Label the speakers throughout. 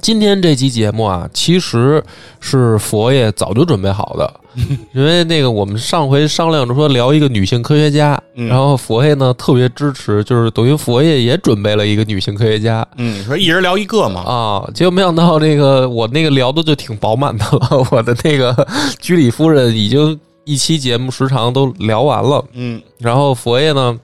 Speaker 1: 今天这期节目啊，其实是佛爷早就准备好的，因为那个我们上回商量着说聊一个女性科学家，
Speaker 2: 嗯
Speaker 1: 然后佛爷呢特别支持，就是等于佛爷也准备了一个女性科学家。
Speaker 2: 嗯，说一人聊一个嘛，
Speaker 1: 啊！结果没想到这个我那个聊的就挺饱满的了，我的那个居里夫人已经一期节目时长都聊完了，
Speaker 2: 嗯，
Speaker 1: 然后佛爷呢，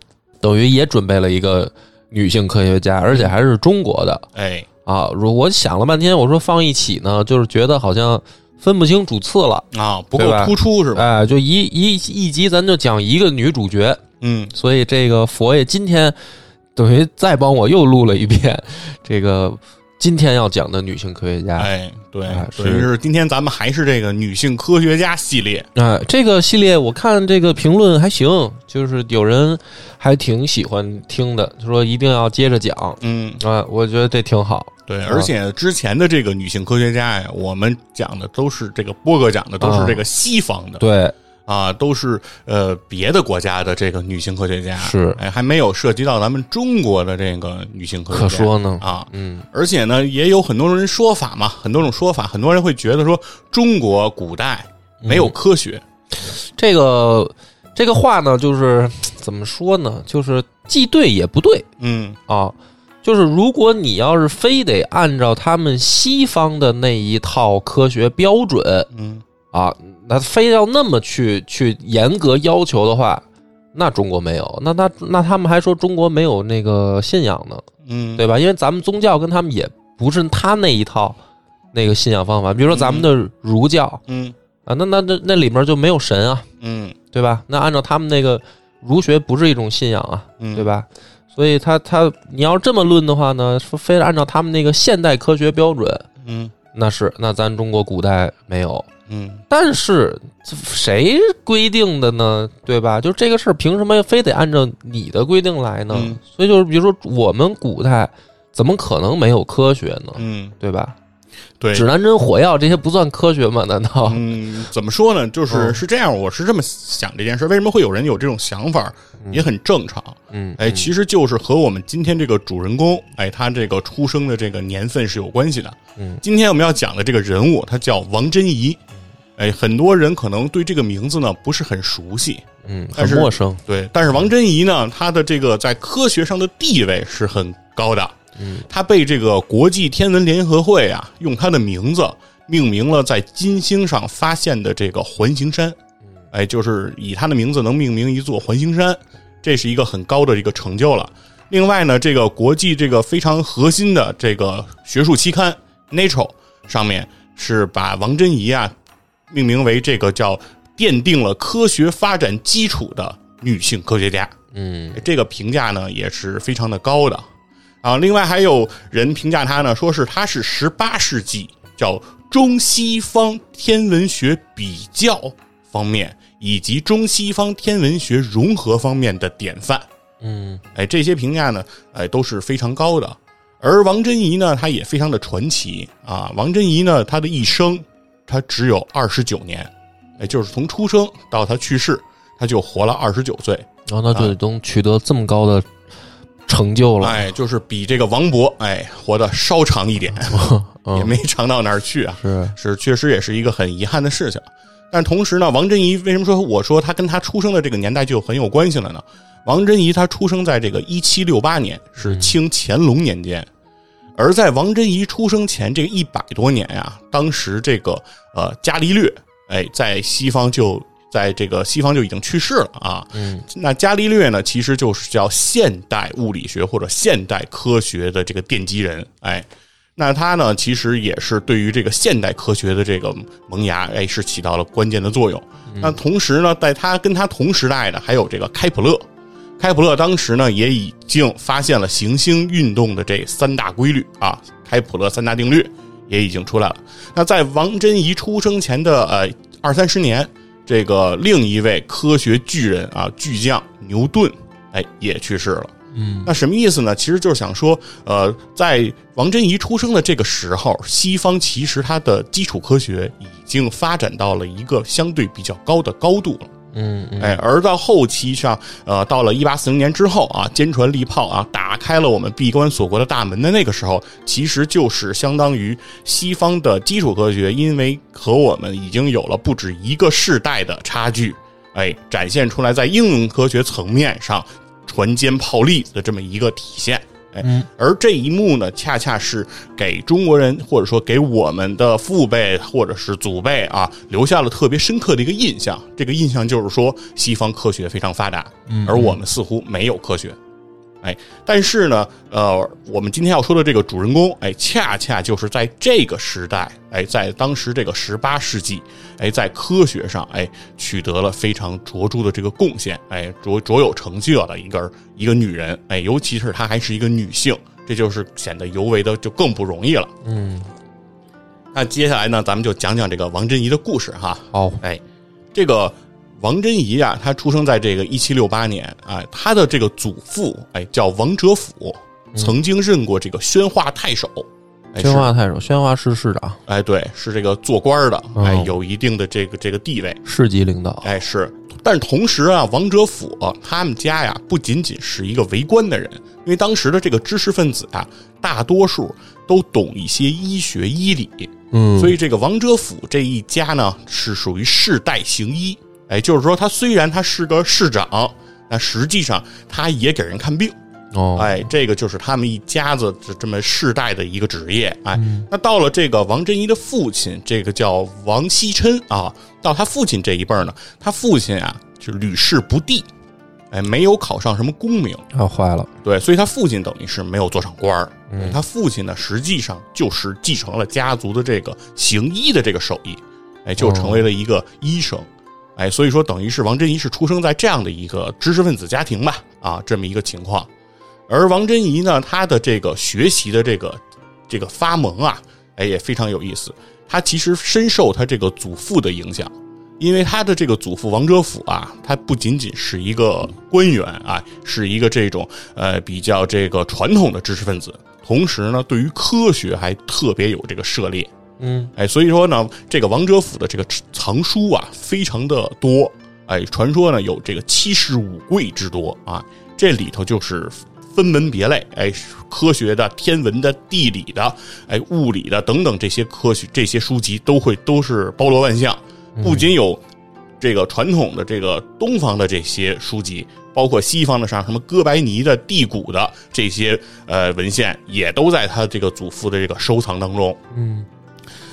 Speaker 1: 等于也准备了一个女性科学
Speaker 2: 嗯
Speaker 1: 家，而且还是中国的
Speaker 2: 哎，
Speaker 1: 啊。如我想了半天，我说放一起呢，就是觉得好像分不清主次了，
Speaker 2: 啊，不
Speaker 1: 对
Speaker 2: 够
Speaker 1: 吧
Speaker 2: 突出是吧？
Speaker 1: 哎，就一一一集咱就讲一个女主角，
Speaker 2: 嗯，
Speaker 1: 所以这个佛爷今天等于再帮我又录了一遍 这个今天要讲的女性科学家。
Speaker 2: 哎，对
Speaker 1: 哎，
Speaker 2: 所以
Speaker 1: 是
Speaker 2: 是今天咱们还是这个女性科学家系列，
Speaker 1: 啊，这个系列我看这个评论还行，就是有人还挺喜欢听的，说一定要接着讲
Speaker 2: 嗯，
Speaker 1: 啊，我觉得这挺好。
Speaker 2: 对，
Speaker 1: 啊
Speaker 2: 而且之前的这个女性科学家呀，我们讲的都是这个波哥讲的都
Speaker 1: 啊
Speaker 2: 是这个西方的
Speaker 1: 对，
Speaker 2: 啊，都是呃别的国家的这个女性科学家，
Speaker 1: 是
Speaker 2: 哎，还没有涉及到咱们中国的这个女性科学家，
Speaker 1: 可说呢。
Speaker 2: 啊，
Speaker 1: 嗯，
Speaker 2: 而且呢，也有很多人说法嘛，很多种说法，很多人会觉得说中国古代没有科学，
Speaker 1: 嗯这个这个话呢，就是怎么说呢？就是既对也不对
Speaker 2: 嗯
Speaker 1: 啊。就是如果你要是非得按照他们西方的那一套科学标准
Speaker 2: 嗯
Speaker 1: 啊，那非要那么去去严格要求的话，那中国没有，那那那他们还说中国没有那个信仰呢，
Speaker 2: 嗯，
Speaker 1: 对吧？因为咱们宗教跟他们也不是他那一套那个信仰方法，比如说咱们的儒教，
Speaker 2: 嗯
Speaker 1: 啊，那那那那里面就没有神啊，
Speaker 2: 嗯
Speaker 1: 对吧？那按照他们那个儒学不是一种信仰啊，
Speaker 2: 嗯，
Speaker 1: 对？吧？所以他他你要这么论的话呢，说非得按照他们那个现代科学标准，
Speaker 2: 嗯
Speaker 1: 那是那咱中国古代没有，
Speaker 2: 嗯
Speaker 1: 但是这谁规定的呢？对吧？就这个事儿，凭什么非得按照你的规定来呢？
Speaker 2: 嗯
Speaker 1: 所以就是比如说我们古代怎么可能没有科学呢？
Speaker 2: 嗯，
Speaker 1: 对吧？
Speaker 2: 对
Speaker 1: 指。南针、火药这些不算科学吗？难道？
Speaker 2: 嗯，怎么说呢？就是
Speaker 1: 嗯
Speaker 2: 是这样，我是这么想这件事。为什么会有人有这种想法，也很正常。
Speaker 1: 嗯，
Speaker 2: 哎，其实就是和我们今天这个主人公，哎，他这个出生的这个年份是有关系的。
Speaker 1: 嗯，
Speaker 2: 今天我们要讲的这个人物，他叫王珍怡。哎，很多人可能对这个名字呢不是很熟悉，
Speaker 1: 嗯，
Speaker 2: 但
Speaker 1: 很
Speaker 2: 是啊
Speaker 1: 陌生。
Speaker 2: 对，但是王珍怡呢，她的这个在科学上的地位是很高的。
Speaker 1: 嗯，
Speaker 2: 她被这个国际天文联合会啊，用她的名字命名了在金星上发现的这个环形山。哎，就是以她的名字能命名一座环形山，这是一个很高的一个成就了。另外呢，这个国际这个非常核心的这个学术期刊《Nature》上面是把王珍怡啊命名为这个叫奠定了科学发展基础的女性科学家。
Speaker 1: 嗯
Speaker 2: 这个评价呢也是非常的高的啊。另外还有人评价她呢，说是她是十八世纪叫中西方天文学比较方面以及中西方天文学融合方面的典范。
Speaker 1: 嗯
Speaker 2: 哎，这些评价呢，哎都是非常高的。而王珍怡呢，她也非常的传奇啊。王珍怡呢，她的一生，她只有二十九年，哎，就是从出生到她去世，她就活了二十九岁。
Speaker 1: 然后他哦就能取得这么高的成就 了，
Speaker 2: 哎，就是比这个王勃，哎，活得稍长一点，
Speaker 1: 哦
Speaker 2: 也没长到哪儿去啊。
Speaker 1: 嗯是
Speaker 2: 是确实也是一个很遗憾的事情。但同时呢，王珍怡为什么说我说她跟她出生的这个年代就很有关系了呢？王珍怡她出生在这个一七六八年，是清乾隆年间。而在王珍怡出生前这一百多年呀、当时这个呃伽利略，哎，在西方就在这个西方就已经去世了啊。
Speaker 1: 嗯，
Speaker 2: 那伽利略呢，其实就是叫现代物理学或者现代科学的这个奠基人，哎。那他呢，其实也是对于这个现代科学的这个萌芽，哎，是起到了关键的作用。那同时呢，在他跟他同时代的还有这个开普勒，开普勒当时呢也已经发现了行星运动的这三大规律啊，开普勒三大定律，也已经出来了。那在王真仪出生前的呃二三十年，这个另一位科学巨人啊巨匠牛顿，哎也去世了。
Speaker 1: 嗯，
Speaker 2: 那什么意思呢？其实就是想说，呃，在王珍怡出生的这个时候，西方其实它的基础科学已经发展到了一个相对比较高的高度了。
Speaker 1: 嗯嗯
Speaker 2: 哎，而到后期上，呃，到了一八四零年之后啊，坚船利炮啊，打开了我们闭关锁国的大门的那个时候，其实就是相当于西方的基础科学，因为和我们已经有了不止一个世代的差距，哎，展现出来在应用科学层面上船坚炮利的这么一个体现。哎，而这一幕呢，恰恰是给中国人或者说给我们的父辈或者是祖辈啊，留下了特别深刻的一个印象。这个印象就是说，西方科学非常发达，而我们似乎没有科学。哎，但是呢，呃，我们今天要说的这个主人公，哎，恰恰就是在这个时代，哎，在当时这个十八世纪，哎，在科学上，哎，取得了非常卓著的这个贡献，哎，卓卓有成就的一个一个女人，哎，尤其是她还是一个女性，这就是显得尤为的就更不容易了。
Speaker 1: 嗯，
Speaker 2: 那接下来呢，咱们就讲讲这个王珍怡的故事哈。
Speaker 1: 好，
Speaker 2: 哎，这个王珍怡啊，她出生在这个一七六八年啊，她的这个祖父哎叫王哲甫，曾经任过这个宣化太守。
Speaker 1: 嗯
Speaker 2: 哎
Speaker 1: 宣
Speaker 2: 是
Speaker 1: 化太守，宣化市市长，
Speaker 2: 哎，对，是这个做官的，
Speaker 1: 哦
Speaker 2: 哎，有一定的这个这个地位，
Speaker 1: 市级领导。
Speaker 2: 哎是。但是同时啊，王哲甫、啊他们家呀，不仅仅是一个为官的人，因为当时的这个知识分子啊，大多数都懂一些医学医理，
Speaker 1: 嗯，
Speaker 2: 所以这个王哲甫这一家呢是属于世代行医，哎，就是说他虽然他是个市长，那实际上他也给人看病，
Speaker 1: 哦，
Speaker 2: 哎，这个就是他们一家子这这么世代的一个职业，哎，那到了这个王振一的父亲，这个叫王锡琛啊，到他父亲这一辈儿呢，他父亲啊就屡试不第，哎，没有考上什么功名，
Speaker 1: 啊，坏了，
Speaker 2: 对，所以他父亲等于是没有做上官儿，他父亲呢，实际上就是继承了家族的这个行医的这个手艺，哎，就成为了一个医生，哎，所以说等于是王振仪是出生在这样的一个知识分子家庭吧，啊，这么一个情况。而王振仪呢，他的这个学习的这个这个发蒙啊，哎，也非常有意思。他其实深受他这个祖父的影响，因为他的这个祖父王哲甫啊，他不仅仅是一个官员啊，是一个这种呃比较这个传统的知识分子，同时呢，对于科学还特别有这个涉猎。
Speaker 1: 嗯
Speaker 2: 哎，所以说呢，这个王哲甫的这个藏书啊，非常的多。哎，传说呢有这个七十五柜之多啊，这里头就是分门别类，哎，科学的、天文的、地理的、哎物理的等等这些科学这些书籍都会都是包罗万象，不仅有这个传统的这个东方的这些书籍，包括西方的像什么哥白尼的、地谷的这些呃文献，也都在他这个祖父的这个收藏当中。
Speaker 1: 嗯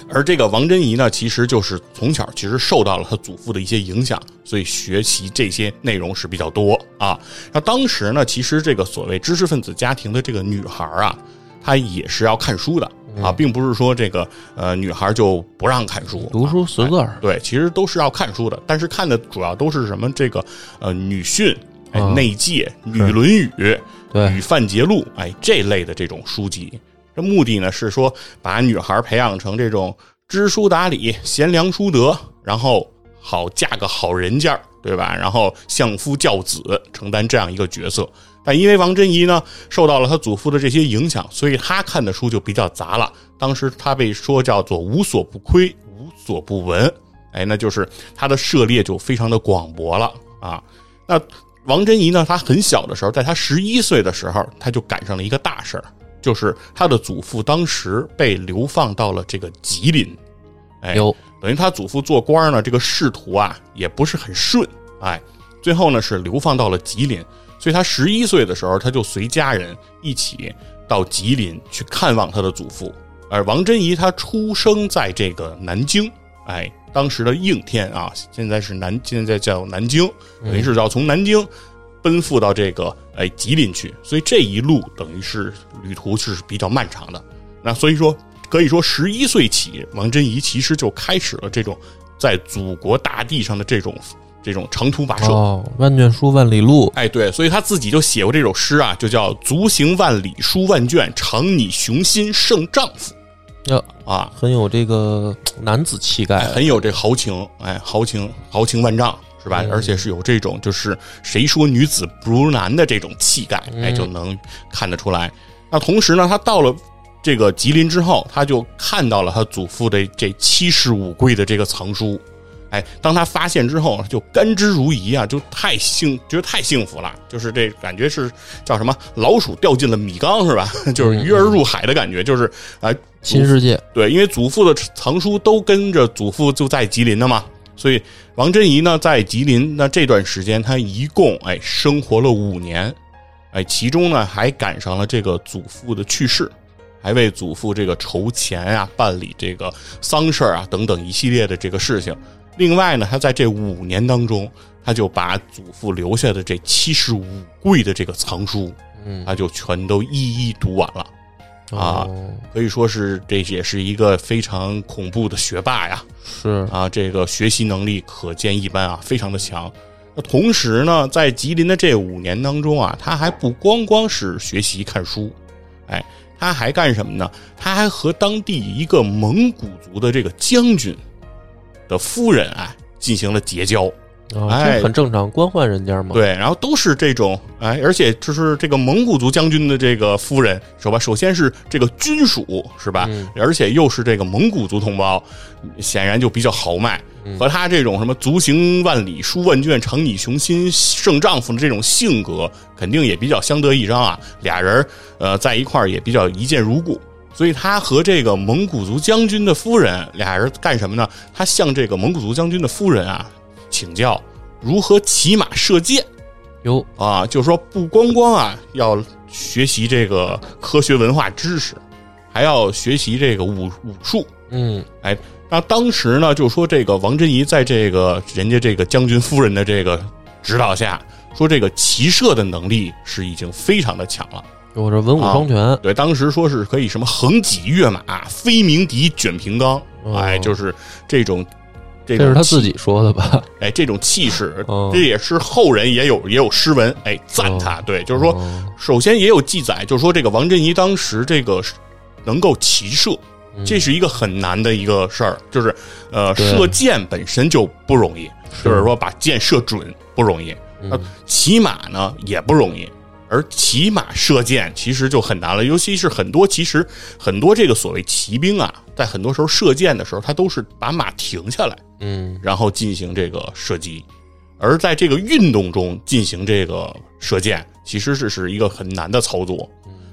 Speaker 2: 而这个王珍怡呢，其实就是从小其实受到了她祖父的一些影响，所以学习这些内容是比较多啊。那当时呢，其实这个所谓知识分子家庭的这个女孩啊，她也是要看书的啊，并不是说这个呃女孩就不让看书，
Speaker 1: 读书
Speaker 2: 哎
Speaker 1: 识字儿，
Speaker 2: 对，其实都是要看书的，但是看的主要都是什么这个呃《女训》哎、
Speaker 1: 啊
Speaker 2: 内界》《女论语》
Speaker 1: 对
Speaker 2: 与范节录》哎这类的这种书籍。这目的呢是说把女孩培养成这种知书达理、贤良淑德，然后好嫁个好人家儿，对吧？然后相夫教子，承担这样一个角色。但因为王振一呢受到了他祖父的这些影响，所以他看的书就比较杂了。当时他被说叫做无所不窥、无所不闻，哎，那就是他的涉猎就非常的广博了啊。那王珍怡呢，她很小的时候，在她十一岁的时候，她就赶上了一个大事儿，就是她的祖父当时被流放到了这个吉林，哎，
Speaker 1: 有
Speaker 2: 等于他祖父做官呢，这个仕途啊也不是很顺，哎，最后呢是流放到了吉林，所以他十一岁的时候，他就随家人一起到吉林去看望他的祖父。而王珍怡她出生在这个南京，哎，当时的应天啊，现在是南，现在叫南京，等于是要从南京奔赴到这个哎吉林去，所以这一路等于是旅途是比较漫长的。那所以说，可以说十一岁起，王珍怡其实就开始了这种在祖国大地上的这种这种长途跋涉。
Speaker 1: 哦，万卷书万里路，
Speaker 2: 哎，对，所以他自己就写过这首诗啊，就叫“足行万里书万卷，常拟雄心胜丈夫”。
Speaker 1: 哟
Speaker 2: 啊，
Speaker 1: 很有这个男子气
Speaker 2: 哎，
Speaker 1: 概。
Speaker 2: 很有这豪情，哎，豪情豪情万丈。是吧？而且是有这种，就是谁说女子不如男的这种气概，哎，就能看得出来。那同时呢，他到了这个吉林之后，他就看到了他祖父的这七十五柜的这个藏书。哎，当他发现之后，就甘之如饴啊，就太幸，觉得太幸福了，就是这感觉是叫什么？老鼠掉进了米缸是吧？ 就是鱼儿入海的感觉，就是哎，
Speaker 1: 新世界，
Speaker 2: 对，因为祖父的藏书都跟着祖父就在吉林的嘛，所以王振仪呢在吉林那这段时间，他一共哎生活了五年，哎，其中呢还赶上了这个祖父的去世，还为祖父这个筹钱啊、办理这个丧事儿啊等等一系列的这个事情。另外呢，他在这五年当中，他就把祖父留下的这七十五柜的这个藏书，
Speaker 1: 嗯
Speaker 2: 他就全都一一读完了。啊
Speaker 1: 哦
Speaker 2: 可以说是这也是一个非常恐怖的学霸呀！
Speaker 1: 是
Speaker 2: 啊，这个学习能力可见一斑啊，非常的强。那同时呢，在吉林的这五年当中啊，他还不光光是学习看书，哎，他还干什么呢？他还和当地一个蒙古族的这个将军的夫人啊进行了结交。
Speaker 1: 啊，
Speaker 2: 哎
Speaker 1: 这很正常，官宦人家嘛。，
Speaker 2: 对，然后都是这种，哎，而且就是这个蒙古族将军的这个夫人，是吧？首先是这个军属，是吧？
Speaker 1: 嗯
Speaker 2: 而且又是这个蒙古族同胞，显然就比较豪迈。
Speaker 1: 嗯
Speaker 2: 和他这种什么“足行万里，书万卷，常以雄心，胜丈夫”的这种性格，肯定也比较相得益彰啊。俩人呃在一块儿也比较一见如故，所以他和这个蒙古族将军的夫人俩人干什么呢？他向这个蒙古族将军的夫人啊请教如何骑马射箭。
Speaker 1: 哟，
Speaker 2: 啊，就是说不光光啊要学习这个科学文化知识，还要学习这个武武术。
Speaker 1: 嗯，
Speaker 2: 哎，那当时呢，就说这个王振仪在这个人家这个将军夫人的这个指导下，说这个骑射的能力是已经非常的强了。
Speaker 1: 我这文武双全，
Speaker 2: 对，当时说是可以什么横戟跃马、飞鸣笛、卷平冈，
Speaker 1: 哦
Speaker 2: 哎，就是这种。这
Speaker 1: 这
Speaker 2: 种
Speaker 1: 是他
Speaker 2: 气
Speaker 1: 自己说的吧？
Speaker 2: 哎，这种气势，
Speaker 1: 哦
Speaker 2: 这也是后人也有也有诗文哎赞他。对，就是说
Speaker 1: 哦
Speaker 2: 首先也有记载，就是说这个王振仪当时这个能够骑射，这是一个很难的一个事儿，就是呃，
Speaker 1: 嗯对
Speaker 2: 射箭本身就不容易，就是说把箭射准不容易，那骑马呢也不容易。而骑马射箭其实就很难了，尤其是很多其实很多这个所谓骑兵啊，在很多时候射箭的时候，他都是把马停下来，
Speaker 1: 嗯，
Speaker 2: 然后进行这个射击。而在这个运动中进行这个射箭，其实是是一个很难的操作。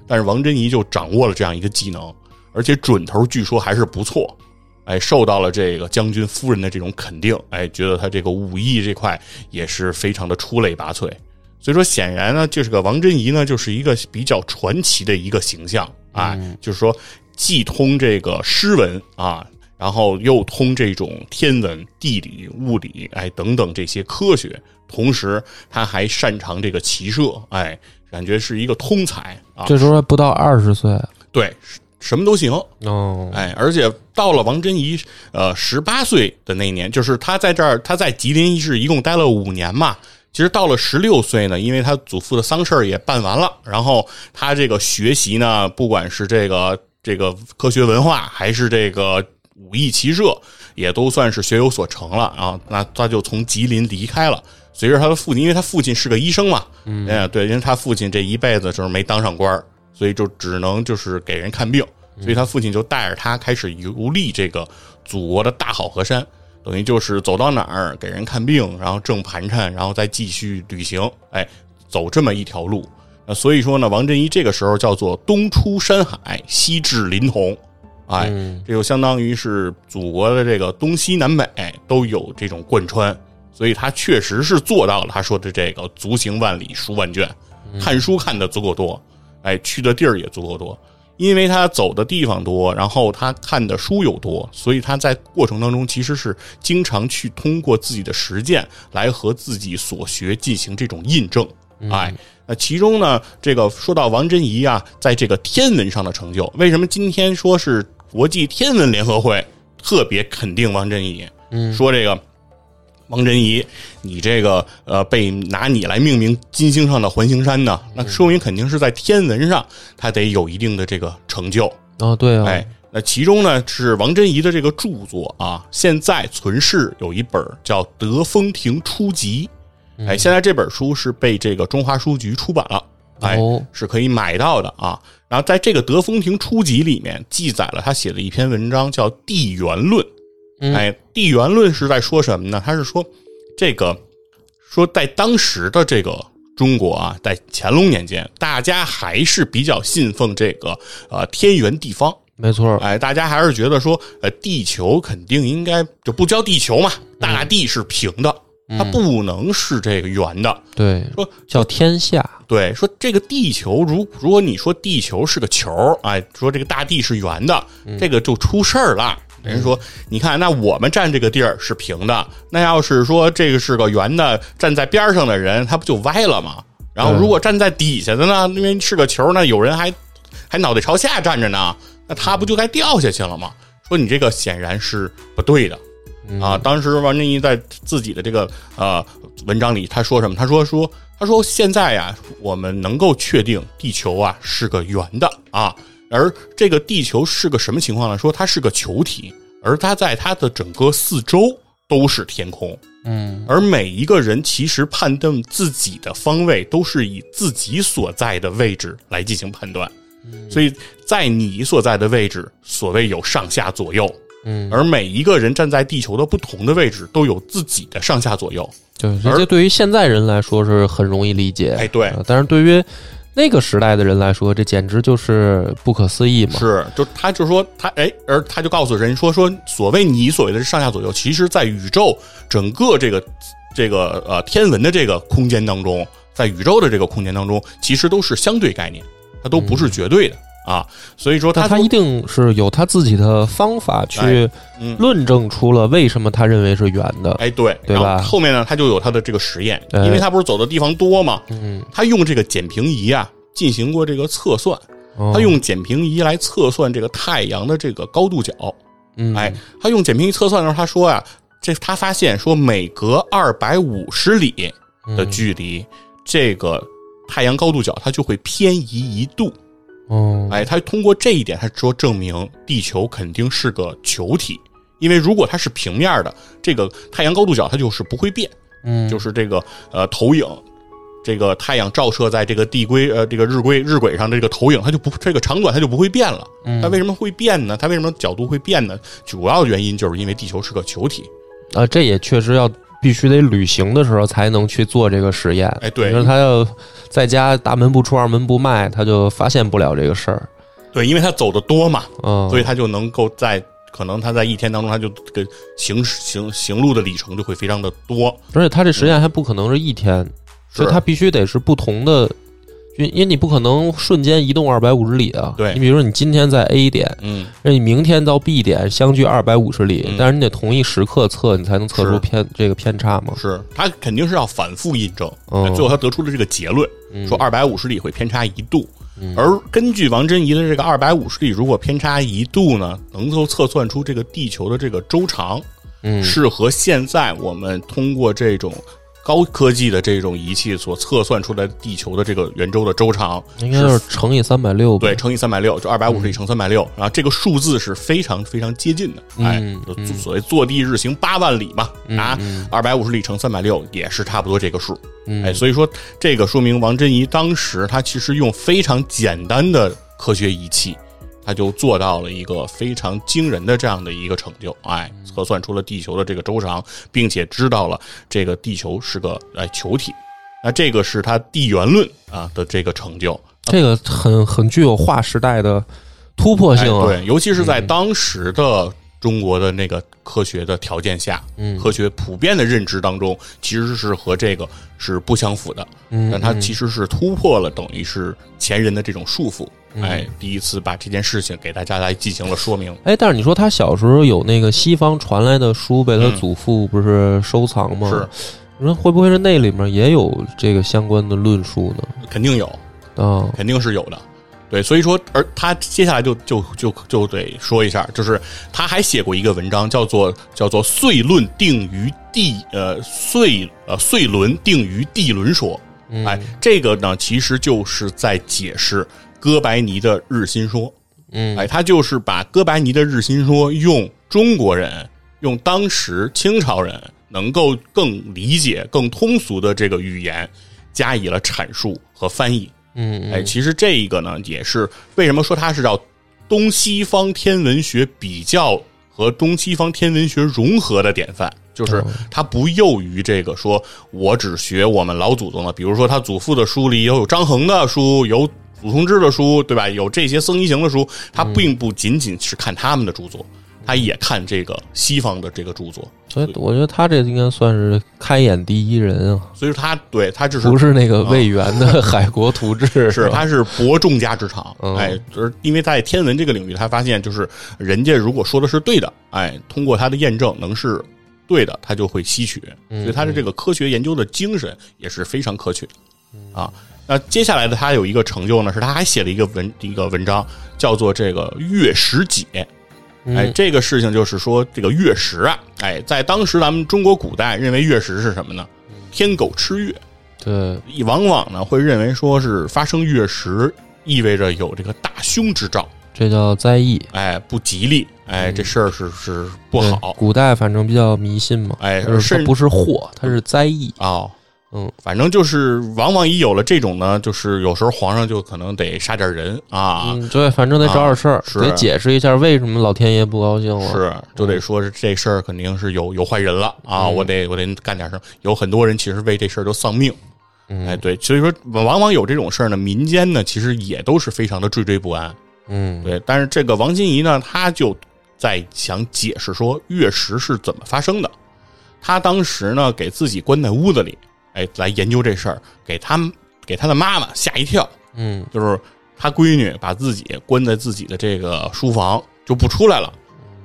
Speaker 2: 但是王珍妮就掌握了这样一个技能，而且准头据说还是不错。哎，受到了这个将军夫人的这种肯定，哎，觉得他这个武艺这块也是非常的出类拔萃。所以说，显然呢，就是个王珍怡呢，就是一个比较传奇的一个形象啊，就是说既通这个诗文啊，然后又通这种天文、地理、物理，哎等等这些科学，同时他还擅长这个骑射，哎，感觉是一个通才啊，
Speaker 1: 这时候还不到二十岁，
Speaker 2: 对，什么都行，
Speaker 1: 哦，
Speaker 2: 哎，而且到了王珍怡呃十八岁的那一年，就是她在这儿，她在吉林市一共待了五年嘛。其实到了十六岁呢，因为她祖父的丧事儿也办完了，然后她这个学习呢，不管是这个这个科学文化，还是这个武艺骑射，也都算是学有所成了啊。那她就从吉林离开了。随着她的父亲，因为她父亲是个医生嘛，嗯，对，因为她父亲这一辈子就是没当上官儿，所以就只能就是给人看病。所以他父亲就带着他开始游历这个祖国的大好河山，等于就是走到哪儿给人看病，然后挣盘缠，然后再继续旅行，哎，走这么一条路。那所以说呢，王振一这个时候叫做东出山海，西至临潼，哎，这就相当于是祖国的这个东西南北都有这种贯穿，所以他确实是做到了他说的这个足行万里，书万卷，看书看的足够多，哎，去的地儿也足够多。因为他走的地方多，然后他看的书又多，所以他在过程当中其实是经常去通过自己的实践来和自己所学进行这种印证。哎，那其中呢，这个说到王珍怡啊，在这个天文上的成就，为什么今天说是国际天文联合会特别肯定王珍怡？嗯，说这个王振仪，你这个呃被拿你来命名金星上的环形山呢，那说明肯定是在天文上他得有一定的这个成就。
Speaker 1: 哦，对啊，
Speaker 2: 哎，那其中呢是王贞仪的这个著作啊，现在存世有一本叫《德风亭初集》，哎，现在这本书是被这个中华书局出版了，哎，
Speaker 1: 哦
Speaker 2: 是可以买到的啊。然后在这个《德风亭初集》里面记载了他写的一篇文章，叫《地缘论》。
Speaker 1: 嗯
Speaker 2: 哎，《地缘论》是在说什么呢？他是说这个说在当时的这个中国啊，在乾隆年间，大家还是比较信奉这个呃天圆地方。
Speaker 1: 没错儿，
Speaker 2: 哎，大家还是觉得说，呃，地球肯定应该就不叫地球嘛，大地是平的，它不能是这个圆的。
Speaker 1: 对，
Speaker 2: 说
Speaker 1: 叫天下，
Speaker 2: 对，说这个地球，如如果你说地球是个球儿，哎，说这个大地是圆的，这个就出事儿了。人说，你看，那我们站这个地儿是平的，那要是说这个是个圆的，站在边儿上的人，他不就歪了吗？然后如果站在底下的呢，因为是个球儿呢，有人还还脑袋朝下站着呢，那他不就该掉下去了吗？说你这个显然是不对的。啊，当时王振义在自己的这个呃文章里，他说什么？他说说他说现在呀、我们能够确定地球啊是个圆的啊，而这个地球是个什么情况呢？说它是个球体，而它在它的整个四周都是天空，
Speaker 1: 嗯，
Speaker 2: 而每一个人其实判断自己的方位都是以自己所在的位置来进行判断，所以在你所在的位置，所谓有上下左右，
Speaker 1: 嗯，
Speaker 2: 而每一个人站在地球的不同的位置，都有自己的上下左右。
Speaker 1: 对，
Speaker 2: 而
Speaker 1: 这这对于现在人来说是很容易理解，
Speaker 2: 哎对
Speaker 1: 啊但是对于那个时代的人来说，这简直就是不可思议嘛，
Speaker 2: 是，就他就说他哎，而他就告诉人说说，所谓你所谓的上下左右，其实在宇宙整个这个这个呃天文的这个空间当中，在宇宙的这个空间当中，其实都是相对概念，它都不是绝对的、啊。所以说
Speaker 1: 但
Speaker 2: 他
Speaker 1: 嗯他一定是有他自己的方法去
Speaker 2: 嗯
Speaker 1: 论证出了为什么他认为是圆的。
Speaker 2: 哎对，
Speaker 1: 对
Speaker 2: 然后
Speaker 1: 吧
Speaker 2: 后面呢，他就有他的这个实验，
Speaker 1: 哎
Speaker 2: 因为他不是走的地方多嘛，
Speaker 1: 嗯，
Speaker 2: 他用这个简平仪啊进行过这个测算，
Speaker 1: 哦
Speaker 2: 他用简平仪来测算这个太阳的这个高度角。
Speaker 1: 嗯
Speaker 2: 哎，他用简平仪测算的时候，他说啊，这他发现说每隔二百五十里的距离，这个太阳高度角它就会偏移一度。
Speaker 1: 哦，
Speaker 2: 哎，他通过这一点，他说证明地球肯定是个球体，因为如果它是平面的，这个太阳高度角它就是不会变。
Speaker 1: 嗯，
Speaker 2: 就是这个呃投影，这个太阳照射在这个地轨呃这个日轨日轨上的这个投影，它就不这个长短它就不会变了。
Speaker 1: 嗯
Speaker 2: 它为什么会变呢？它为什么角度会变呢？主要原因就是因为地球是个球体。
Speaker 1: 啊，这也确实要必须得旅行的时候才能去做这个实验。
Speaker 2: 哎对
Speaker 1: 你说他要在家大门不出二门不迈，他就发现不了这个事儿。
Speaker 2: 对，因为它走的多嘛，
Speaker 1: 嗯，
Speaker 2: 所以它就能够在可能它在一天当中，它就这个行行行路的里程就会非常的多。
Speaker 1: 而且他这实验还不可能是一天，所以他必须得是不同的。因因为你不可能瞬间移动二百五十里啊，
Speaker 2: 对
Speaker 1: 你比如说你今天在 A 点，
Speaker 2: 嗯，
Speaker 1: 那你明天到 B 点相距二百五十里，
Speaker 2: 嗯
Speaker 1: 但是你得同一时刻测，你才能测
Speaker 2: 是
Speaker 1: 出偏这个偏差嘛。
Speaker 2: 是它肯定是要反复印证，
Speaker 1: 嗯
Speaker 2: 最后他得出了这个结论，说二百五十里会偏差一度。
Speaker 1: 嗯
Speaker 2: 而根据王珍怡的这个二百五十里，如果偏差一度呢，能够测算出这个地球的这个周长，
Speaker 1: 嗯
Speaker 2: 是和现在我们通过这种高科技的这种仪器所测算出来的地球的这个圆周的周长，
Speaker 1: 应该就是乘以三百六吧。
Speaker 2: 对，乘以三百六，就二百五十里乘三百六，然后这个数字是非常非常接近的，哎，就所谓坐地日行八万里嘛，拿二百五十里乘三百六也是差不多这个数，哎，所以说这个说明王振仪当时他其实用非常简单的科学仪器，他就做到了一个非常惊人的这样的一个成就，哎，测算出了地球的这个周长，并且知道了这个地球是个哎球体。那这个是他地缘论啊的这个成就，
Speaker 1: 这个很很具有划时代的突破性啊。
Speaker 2: 哎。对，尤其是在当时的中国的那个科学的条件下，嗯、科学普遍的认知当中，其实是和这个是不相符的。嗯，但它其实是突破了等于是前人的这种束缚，哎，第一次把这件事情给大家来进行了说明。
Speaker 1: 哎，但是你说他小时候有那个西方传来的书被他祖父不是收藏吗？
Speaker 2: 嗯是，
Speaker 1: 你说会不会是那里面也有这个相关的论述呢？
Speaker 2: 肯定有，
Speaker 1: 啊、
Speaker 2: 肯定是有的。对，所以说，而他接下来就就就就得说一下，就是他还写过一个文章，叫做叫做《岁论定于地》，呃，岁呃岁轮定于地轮说。哎，这个呢，其实就是在解释哥白尼的日心说。
Speaker 1: 嗯
Speaker 2: 哎，他就是把哥白尼的日心说用中国人、用当时清朝人能够更理解、更通俗的这个语言加以了阐述和翻译。
Speaker 1: 嗯
Speaker 2: 哎，其实这一个呢，也是为什么说它是叫东西方天文学比较和东西方天文学融合的典范，就是
Speaker 1: 哦
Speaker 2: 它不囿于这个说我只学我们老祖宗的，比如说他祖父的书里有有张衡的书，有祖冲之的书，对吧？有这些僧一行的书，他
Speaker 1: 嗯
Speaker 2: 并不仅仅是看他们的著作，他也看这个西方的这个著作，
Speaker 1: 所以我觉得他这应该算是开眼第一人啊，
Speaker 2: 所以他对他只是啊
Speaker 1: 不是那个魏源的 海国图志，
Speaker 2: 是，啊
Speaker 1: 吧
Speaker 2: 他是博众家之长，
Speaker 1: 嗯
Speaker 2: 哎，就是因为在天文这个领域，他发现就是人家如果说的是对的，哎，通过他的验证能是对的，他就会吸取，所以他的这个科学研究的精神也是非常可取的啊。那接下来的他有一个成就呢，是他还写了一个文一个文章，叫做这个《月食解》。哎，这个事情就是说，这个月食啊，哎，在当时咱们中国古代认为月食是什么呢？天狗吃月，
Speaker 1: 对，
Speaker 2: 往往呢会认为说是发生月食意味着有这个大凶之兆，
Speaker 1: 这叫灾异，
Speaker 2: 哎，不吉利，哎，这事儿是是不
Speaker 1: 嗯对
Speaker 2: 好
Speaker 1: 古代反正比较迷信嘛，
Speaker 2: 哎
Speaker 1: 就是
Speaker 2: 甚
Speaker 1: 它不是祸，它是灾异。
Speaker 2: 啊、哦
Speaker 1: 嗯，
Speaker 2: 反正就是往往一有了这种呢，就是有时候皇上就可能得杀点人啊。
Speaker 1: 嗯，对，反正得找点事儿
Speaker 2: 啊，是
Speaker 1: 得解释一下为什么老天爷不高兴了。
Speaker 2: 是，就
Speaker 1: 嗯
Speaker 2: 得说是这事儿肯定是有有坏人了啊！我得我得干点什么。有很多人其实为这事儿都丧命，
Speaker 1: 嗯
Speaker 2: 哎，对，所以说往往有这种事儿呢，民间呢其实也都是非常的惴惴不安。
Speaker 1: 嗯，
Speaker 2: 对，但是这个王心怡呢，她就在想解释说月食是怎么发生的。她当时呢，给自己关在屋子里，哎，来研究这事儿，给她给她的妈妈吓一跳，
Speaker 1: 嗯
Speaker 2: 就是她闺女把自己关在自己的这个书房就不出来了。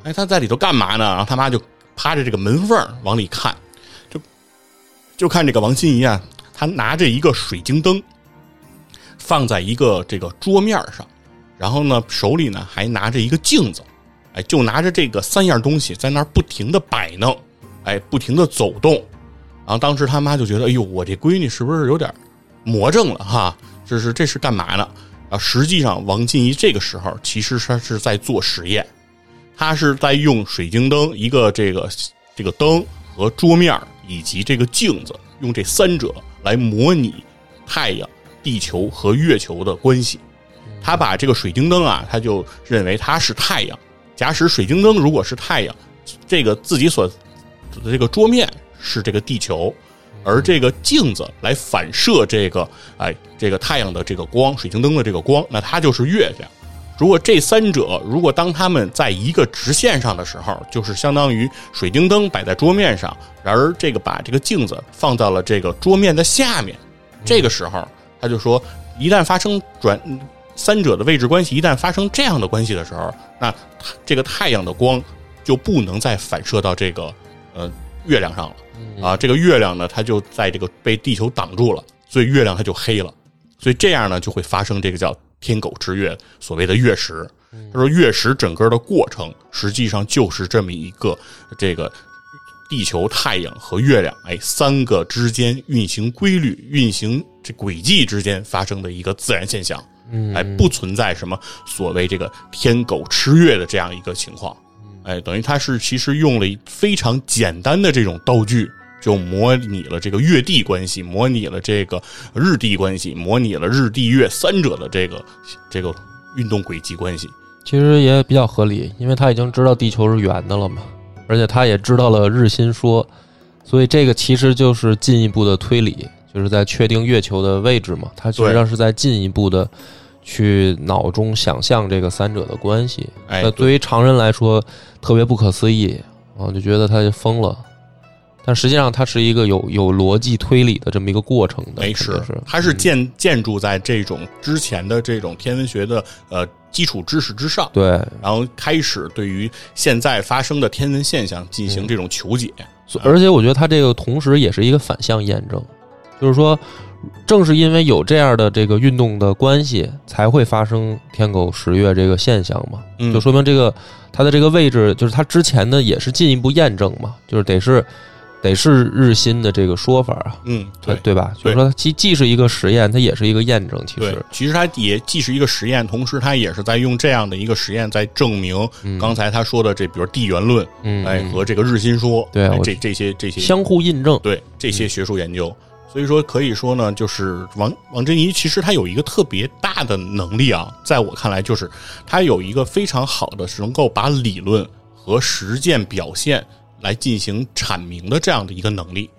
Speaker 2: 哎，她在里头干嘛呢？然后她妈就趴着这个门缝儿往里看，就就看这个王心怡啊，她拿着一个水晶灯放在一个这个桌面上。然后呢，手里呢还拿着一个镜子，哎，就拿着这个三样东西在那儿不停的摆弄，哎，不停的走动。然后当时他妈就觉得，哎呦，我这闺女是不是有点魔怔了哈？这是这是干嘛呢？啊，实际上王进一这个时候其实他是在做实验，他是在用水晶灯一个这个这个灯和桌面儿以及这个镜子，用这三者来模拟太阳、地球和月球的关系。他把这个水晶灯啊，他就认为它是太阳。假使水晶灯如果是太阳，这个自己所的这个桌面是这个地球，而这个镜子来反射这个哎这个太阳的这个光，水晶灯的这个光，那它就是月亮。如果这三者如果当它们在一个直线上的时候，就是相当于水晶灯摆在桌面上，然而这个把这个镜子放到了这个桌面的下面，这个时候他就说，一旦发生转三者的位置关系一旦发生这样的关系的时候，那它这个太阳的光就不能再反射到这个呃月亮上了啊。这个月亮呢，它就在这个被地球挡住了，所以月亮它就黑了。所以这样呢，就会发生这个叫天狗之月，所谓的月食。他说，月食整个的过程实际上就是这么一个这个地球、太阳和月亮，哎，三个之间运行规律、运行这轨迹之间发生的一个自然现象，嗯，哎，不存在什么所谓这个天狗吃月的这样一个情况，
Speaker 1: 嗯
Speaker 2: 哎，等于它是其实用了非常简单的这种道具。就模拟了这个月地关系，模拟了这个日地关系，模拟了日地月三者的这个这个运动轨迹关系。
Speaker 1: 其实也比较合理，因为他已经知道地球是圆的了嘛，而且他也知道了日心说，所以这个其实就是进一步的推理，就是在确定月球的位置嘛。他实际上是在进一步的去脑中想象这个三者的关系。
Speaker 2: 哎，
Speaker 1: 那对于常人来说，特别不可思议啊，就觉得他疯了。但实际上，它是一个有有逻辑推理的这么一个过程的，
Speaker 2: 没
Speaker 1: 肯定是
Speaker 2: 它是
Speaker 1: 嗯
Speaker 2: 建建筑在这种之前的这种天文学的呃基础知识之上，
Speaker 1: 对，
Speaker 2: 然后开始对于现在发生的天文现象进
Speaker 1: 嗯
Speaker 2: 行这种求解。
Speaker 1: 所而且我觉得它这个同时也是一个反向验证，就是说，正是因为有这样的这个运动的关系，才会发生天狗食月这个现象嘛。
Speaker 2: 嗯
Speaker 1: 就说明这个它的这个位置，就是它之前的也是进一步验证嘛，就是得是得是日心的这个说法啊，
Speaker 2: 嗯，
Speaker 1: 对
Speaker 2: 对
Speaker 1: 对吧？就是
Speaker 2: 对
Speaker 1: 说，它既既是一个实验，它也是一个验证。其
Speaker 2: 对
Speaker 1: 实，，
Speaker 2: 其实它也既是一个实验，同时它也是在用这样的一个实验在证明刚才他说的这，比如地缘论，
Speaker 1: 嗯，
Speaker 2: 哎，
Speaker 1: 嗯
Speaker 2: 和啊这个日心说，
Speaker 1: 对
Speaker 2: 哎
Speaker 1: 我
Speaker 2: 这这些这些
Speaker 1: 相嗯互印证。
Speaker 2: 对这些学术研究。所以说，可以说呢，就是王王振一其实他有一个特别大的能力啊，在我看来，就是他有一个非常好的是能够把理论和实践表现来进行阐明的这样的一个能力。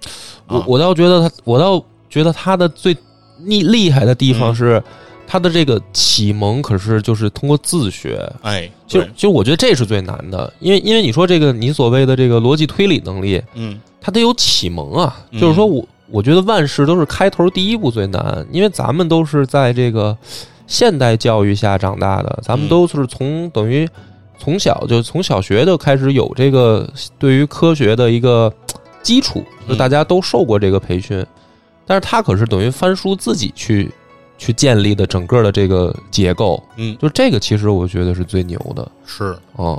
Speaker 1: 我
Speaker 2: 啊
Speaker 1: 我倒觉得他，我倒觉得他的最厉厉害的地方
Speaker 2: 嗯
Speaker 1: 是。他的这个启蒙可是就是通过自学，
Speaker 2: 哎，
Speaker 1: 就
Speaker 2: 对，
Speaker 1: 就我觉得这是最难的，因为因为你说这个你所谓的这个逻辑推理能力，
Speaker 2: 嗯
Speaker 1: 它得有启蒙啊。
Speaker 2: 嗯
Speaker 1: 就是说我我觉得万事都是开头第一步最难，因为咱们都是在这个现代教育下长大的，咱们
Speaker 2: 嗯
Speaker 1: 都是从等于从小就从小学就开始有这个对于科学的一个基础，就
Speaker 2: 嗯
Speaker 1: 大家都受过这个培训。但是他可是等于翻书自己去去建立的整个的这个结构，
Speaker 2: 嗯，
Speaker 1: 就这个其实我觉得是最牛的。
Speaker 2: 是。
Speaker 1: 嗯，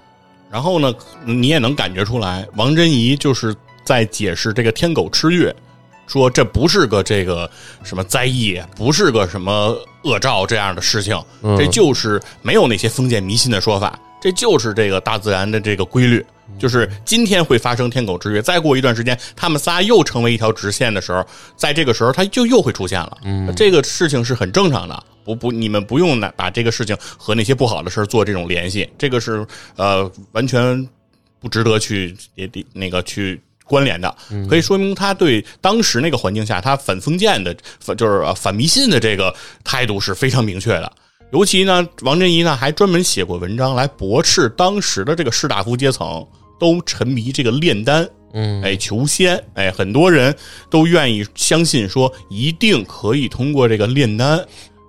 Speaker 2: 然后呢，你也能感觉出来，王振仪就是在解释这个天狗吃月，说这不是个这个什么灾异，不是个什么恶兆这样的事情，
Speaker 1: 嗯
Speaker 2: 这就是没有那些封建迷信的说法，这就是这个大自然的这个规律。就是今天会发生天狗之约，再过一段时间，他们仨又成为一条直线的时候，在这个时候，它就又会出现了。嗯，这个事情是很正常的，不不，你们不用拿把这个事情和那些不好的事儿做这种联系，这个是呃完全不值得去也得那个去关联的，可以说明他对当时那个环境下他反封建的，反就是呃反迷信的这个态度是非常明确的。尤其呢，王振一呢还专门写过文章来驳斥当时的这个士大夫阶层都沉迷这个炼丹，
Speaker 1: 嗯，
Speaker 2: 哎，求仙，哎，很多人都愿意相信说一定可以通过这个炼丹，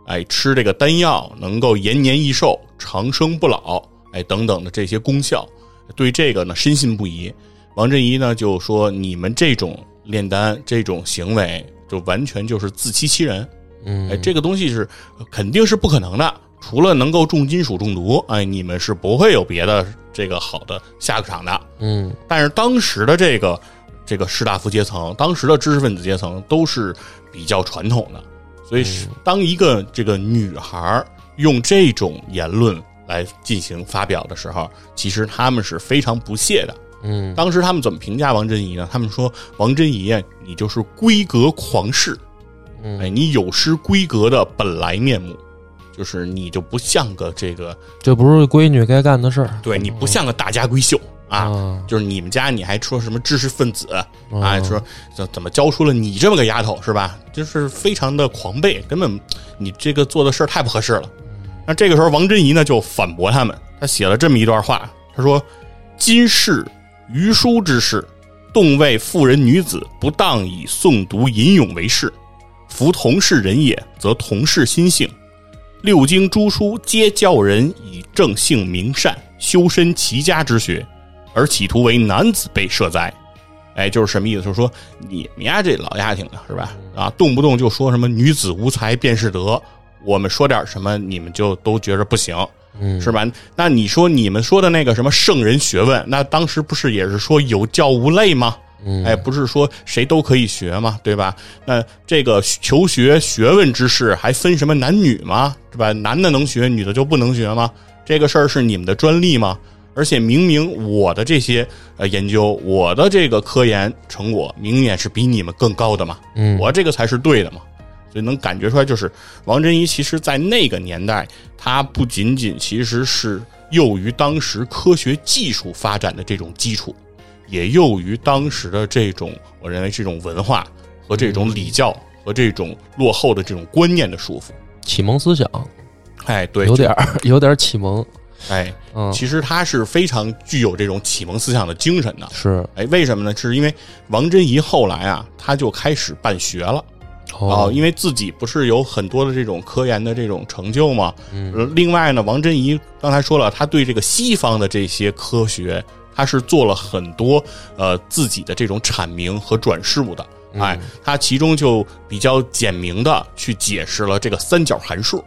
Speaker 2: 哎，吃这个丹药能够延年益寿、长生不老，哎，等等的这些功效，对这个呢深信不疑。王振一呢就说：“你们这种炼丹这种行为，就完全就是自欺欺人。
Speaker 1: 嗯
Speaker 2: 哎，这个东西是肯定是不可能的。除了能够重金属中毒，哎，你们是不会有别的这个好的下场的。
Speaker 1: 嗯
Speaker 2: 但是当时的这个这个士大夫阶层，当时的知识分子阶层都是比较传统的，所以是当一个这个女孩儿用这种言论来进行发表的时候，其实他们是非常不屑的。
Speaker 1: 嗯
Speaker 2: 当时他们怎么评价王振仪呢？他们说王振仪啊，你就是闺阁狂士，
Speaker 1: 嗯
Speaker 2: 哎，你有失闺阁的本来面目，就是你就不像个这个，
Speaker 1: 这不是闺女该干的事儿
Speaker 2: 对，你不像个大家闺秀啊。
Speaker 1: 啊！
Speaker 2: 就是你们家你还说什么知识分子啊？
Speaker 1: 嗯
Speaker 2: 说怎怎么教出了你这么个丫头是吧？就是非常的狂悖，根本你这个做的事儿太不合适了。那这个时候，王振仪呢就反驳他们，他写了这么一段话，他说：“今世余书之事，动为妇人女子，不当以诵读吟咏为事。夫同是人也，则同是心性。六经诸书皆教人以正性明善，修身齐家之学，而企图为男子被设哉。哎，就是什么意思？就是说你们家这老丫挺的是吧？
Speaker 1: 嗯
Speaker 2: 啊，动不动就说什么女子无才便是德，我们说点什么你们就都觉着不行，
Speaker 1: 嗯
Speaker 2: 是吧？那你说你们说的那个什么圣人学问，那当时不是也是说有教无类吗？
Speaker 1: 嗯
Speaker 2: 哎，不是说谁都可以学嘛，对吧？那这个求学学问之事还分什么男女吗？对吧？男的能学，女的就不能学吗？这个事儿是你们的专利吗？而且明明我的这些呃研究，我的这个科研成果，明显是比你们更高的嘛，
Speaker 1: 嗯
Speaker 2: 我这个才是对的嘛。所以能感觉出来，就是王振一其实在那个年代，他不仅仅其实是囿于当时科学技术发展的这种基础，也囿于当时的这种，我认为这种文化和这
Speaker 1: 嗯
Speaker 2: 种礼教和这种落后的这种观念的束缚。
Speaker 1: 启蒙思想
Speaker 2: 哎，对，
Speaker 1: 有点儿 有点儿启蒙，
Speaker 2: 哎，
Speaker 1: 嗯，
Speaker 2: 其实他是非常具有这种启蒙思想的精神的。
Speaker 1: 是
Speaker 2: 哎，为什么呢？是因为王振仪后来啊，他就开始办学了。哦，因为自己不是有很多的这种科研的这种成就吗？嗯，另外呢，王振仪刚才说了，他对这个西方的这些科学，他是做了很多呃自己的这种阐明和转述的。
Speaker 1: 嗯
Speaker 2: 哎，他其中就比较简明的去解释了这个三角函数。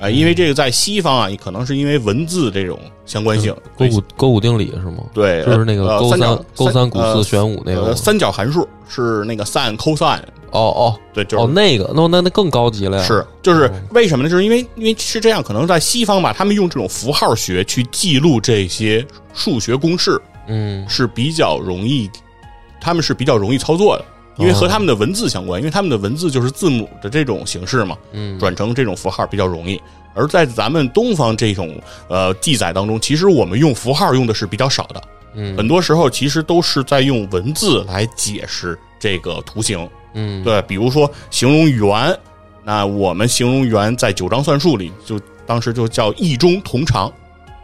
Speaker 2: 哎，
Speaker 1: 嗯
Speaker 2: 因为这个在西方啊，可能是因为文字这种相关性，
Speaker 1: 勾股勾股定理是吗？
Speaker 2: 对，
Speaker 1: 就是那个
Speaker 2: 呃
Speaker 1: 勾
Speaker 2: 三
Speaker 1: 三
Speaker 2: 角
Speaker 1: 勾
Speaker 2: 三
Speaker 1: 三股
Speaker 2: 呃
Speaker 1: 四玄武那个
Speaker 2: 呃
Speaker 1: 吗。
Speaker 2: 三角函数是那个 sin、cosine，
Speaker 1: 哦哦
Speaker 2: 对，就是
Speaker 1: 哦，那个那那那更高级了呀。
Speaker 2: 是，就是
Speaker 1: 嗯
Speaker 2: 为什么呢？就是因为因为是这样，可能在西方吧，他们用这种符号学去记录这些数学公式
Speaker 1: 嗯
Speaker 2: 是比较容易，他们是比较容易操作的，因为和他们的文字相关，因为他们的文字就是字母的这种形式嘛，
Speaker 1: 嗯，
Speaker 2: 转成这种符号比较容易。而在咱们东方这种呃记载当中，其实我们用符号用的是比较少的，
Speaker 1: 嗯
Speaker 2: 很多时候其实都是在用文字来解释这个图形。
Speaker 1: 嗯
Speaker 2: 对，比如说形容圆，那我们形容圆在九章算术里就当时就叫异中同长，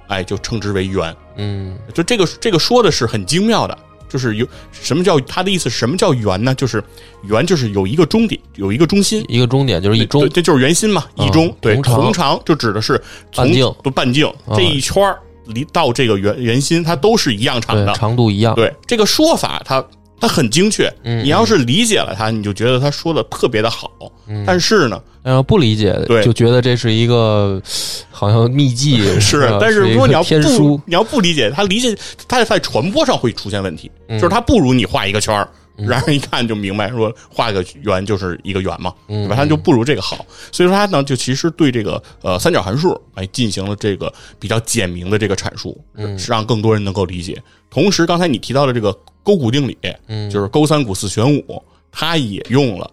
Speaker 2: 哎，就称之为圆。
Speaker 1: 嗯
Speaker 2: 就这个这个说的是很精妙的，就是有什么叫他的意思？什么叫圆呢？就是圆就是有一个终点，有一个中心。
Speaker 1: 一个终点就是一中
Speaker 2: 对，这就是圆心嘛，
Speaker 1: 嗯
Speaker 2: 一中、对，
Speaker 1: 同长
Speaker 2: 同长就指的是从
Speaker 1: 半径
Speaker 2: 对半径
Speaker 1: 嗯
Speaker 2: 这一圈儿离到这个圆圆心，它都是一样长
Speaker 1: 对
Speaker 2: 的。
Speaker 1: 长度一样。
Speaker 2: 对这个说法它，它很精确。
Speaker 1: 嗯
Speaker 2: 你要是理解了它，你就觉得他说的特别的好。
Speaker 1: 嗯
Speaker 2: 但是呢，
Speaker 1: 然后不理解
Speaker 2: 对
Speaker 1: 就觉得这是一个好像秘籍
Speaker 2: 是
Speaker 1: 吧，
Speaker 2: 但
Speaker 1: 是
Speaker 2: 是如果
Speaker 1: 一个
Speaker 2: 你要
Speaker 1: 天
Speaker 2: 不
Speaker 1: 书，
Speaker 2: 你要不理解，他理解他在传播上会出现问题，
Speaker 1: 嗯
Speaker 2: 就是他不如你画一个圈儿。然后一看就明白，说画个圆就是一个圆嘛，
Speaker 1: 嗯
Speaker 2: 对吧？他就不如这个好，所以说他呢就其实对这个呃三角函数哎进行了这个比较简明的这个阐述，
Speaker 1: 嗯
Speaker 2: 是让更多人能够理解。同时，刚才你提到的这个勾股定理，
Speaker 1: 嗯
Speaker 2: 就是勾三股四弦五，他也用了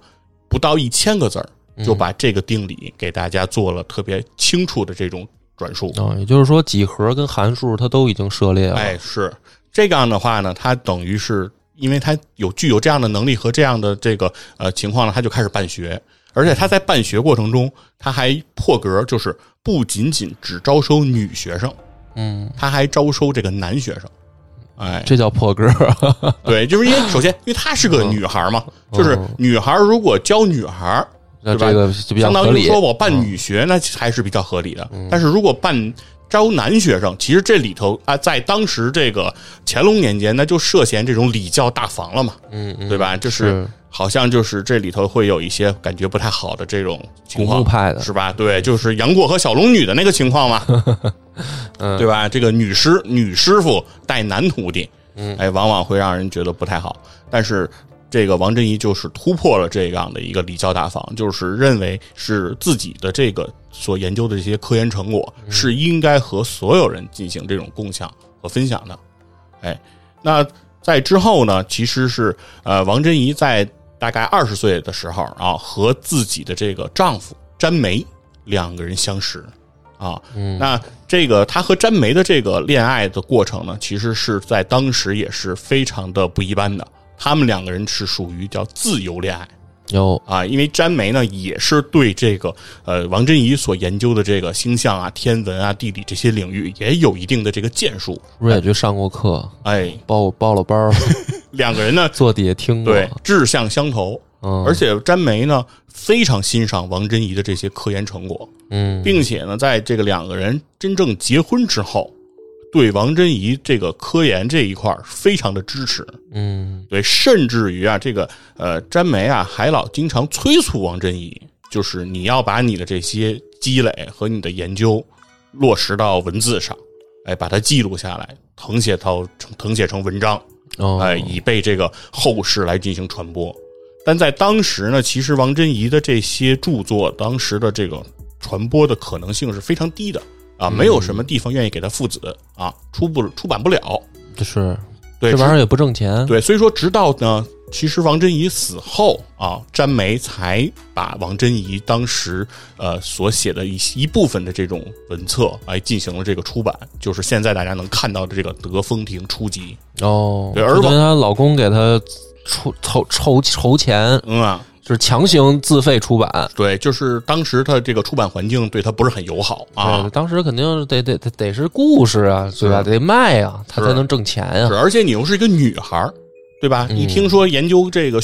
Speaker 2: 不到一千个字儿
Speaker 1: 嗯
Speaker 2: 就把这个定理给大家做了特别清楚的这种转述。
Speaker 1: 啊、也就是说几何跟函数它都已经涉猎了。
Speaker 2: 哎，是这样的话呢，它等于是因为它有具有这样的能力和这样的这个呃情况呢，他就开始办学，而且他在办学过程中，他还破格，就是不仅仅只招收女学生，
Speaker 1: 嗯，
Speaker 2: 他还招收这个男学生。哎，
Speaker 1: 这叫破格。
Speaker 2: 对，就是因为首先，因为她是个女孩嘛，
Speaker 1: 嗯
Speaker 2: 就是女孩如果教女孩，
Speaker 1: 那
Speaker 2: 对吧
Speaker 1: 这个就比较
Speaker 2: 相
Speaker 1: 合
Speaker 2: 当于
Speaker 1: 理嗯
Speaker 2: 说。我办女学，那还是比较合理的。但是如果办招男学生，其实这里头啊，在当时这个乾隆年间，那就涉嫌这种礼教大防了嘛，
Speaker 1: 嗯嗯，
Speaker 2: 对吧？这是
Speaker 1: 是
Speaker 2: 好像就是这里头会有一些感觉不太好的这种情
Speaker 1: 古
Speaker 2: 况
Speaker 1: 墓，派的，
Speaker 2: 是吧？对，就是杨过和小龙女的那个情况嘛，
Speaker 1: 嗯
Speaker 2: 对吧？这个女师女师傅带男徒弟，
Speaker 1: 嗯
Speaker 2: 哎，往往会让人觉得不太好。但是这个王振一就是突破了这样的一个礼教大防，就是认为是自己的这个所研究的这些科研成果
Speaker 1: 嗯
Speaker 2: 是应该和所有人进行这种共享和分享的。哎，那在之后呢，其实是呃，王振一在大概二十岁的时候啊，和自己的这个丈夫詹梅两个人相识啊。
Speaker 1: 嗯
Speaker 2: 那这个她和詹梅的这个恋爱的过程呢，其实是在当时也是非常的不一般的。他们两个人是属于叫自由恋爱
Speaker 1: 有
Speaker 2: 啊，因为詹梅呢也是对这个呃王振仪所研究的这个星象啊、天文啊、地理这些领域也有一定的这个建树。
Speaker 1: 是不是也去上过课，
Speaker 2: 哎，
Speaker 1: 报报了班儿，
Speaker 2: 两个人呢
Speaker 1: 坐底下听过。
Speaker 2: 对，志向相投，
Speaker 1: 嗯，
Speaker 2: 而且詹梅呢非常欣赏王珍怡的这些科研成果，
Speaker 1: 嗯，
Speaker 2: 并且呢，在这个两个人真正结婚之后，对王珍怡这个科研这一块儿非常的支持，
Speaker 1: 嗯
Speaker 2: 对，甚至于啊，这个呃詹梅啊还老经常催促王珍怡，就是你要把你的这些积累和你的研究落实到文字上，哎，把它记录下来，誊写到誊写成文章。
Speaker 1: 哦，
Speaker 2: 哎，以备这个后世来进行传播。但在当时呢，其实王珍怡的这些著作，当时的这个传播的可能性是非常低的啊，没有什
Speaker 1: 嗯
Speaker 2: 么地方愿意给他父子啊，出不出版不了。
Speaker 1: 就是
Speaker 2: 对，
Speaker 1: 这玩意
Speaker 2: 直
Speaker 1: 儿也不挣钱。
Speaker 2: 对，所以说直到呢，其实王珍怡死后啊，詹梅才把王珍怡当时呃所写的一一部分的这种文册，哎，进行了这个出版，就是现在大家能看到的这个《德风亭初集
Speaker 1: 哦，
Speaker 2: 对而
Speaker 1: 就跟她老公给她出筹筹筹钱》。，
Speaker 2: 嗯啊，
Speaker 1: 就是强行自费出版。
Speaker 2: 对，就是当时他这个出版环境对他不是很友好啊
Speaker 1: 对，。当时肯定得得得得是故事啊，对吧？得卖啊，他
Speaker 2: 是
Speaker 1: 才能挣钱
Speaker 2: 是，
Speaker 1: 啊。
Speaker 2: 而且你又是一个女孩儿，对吧？
Speaker 1: 嗯
Speaker 2: 一听说研究这个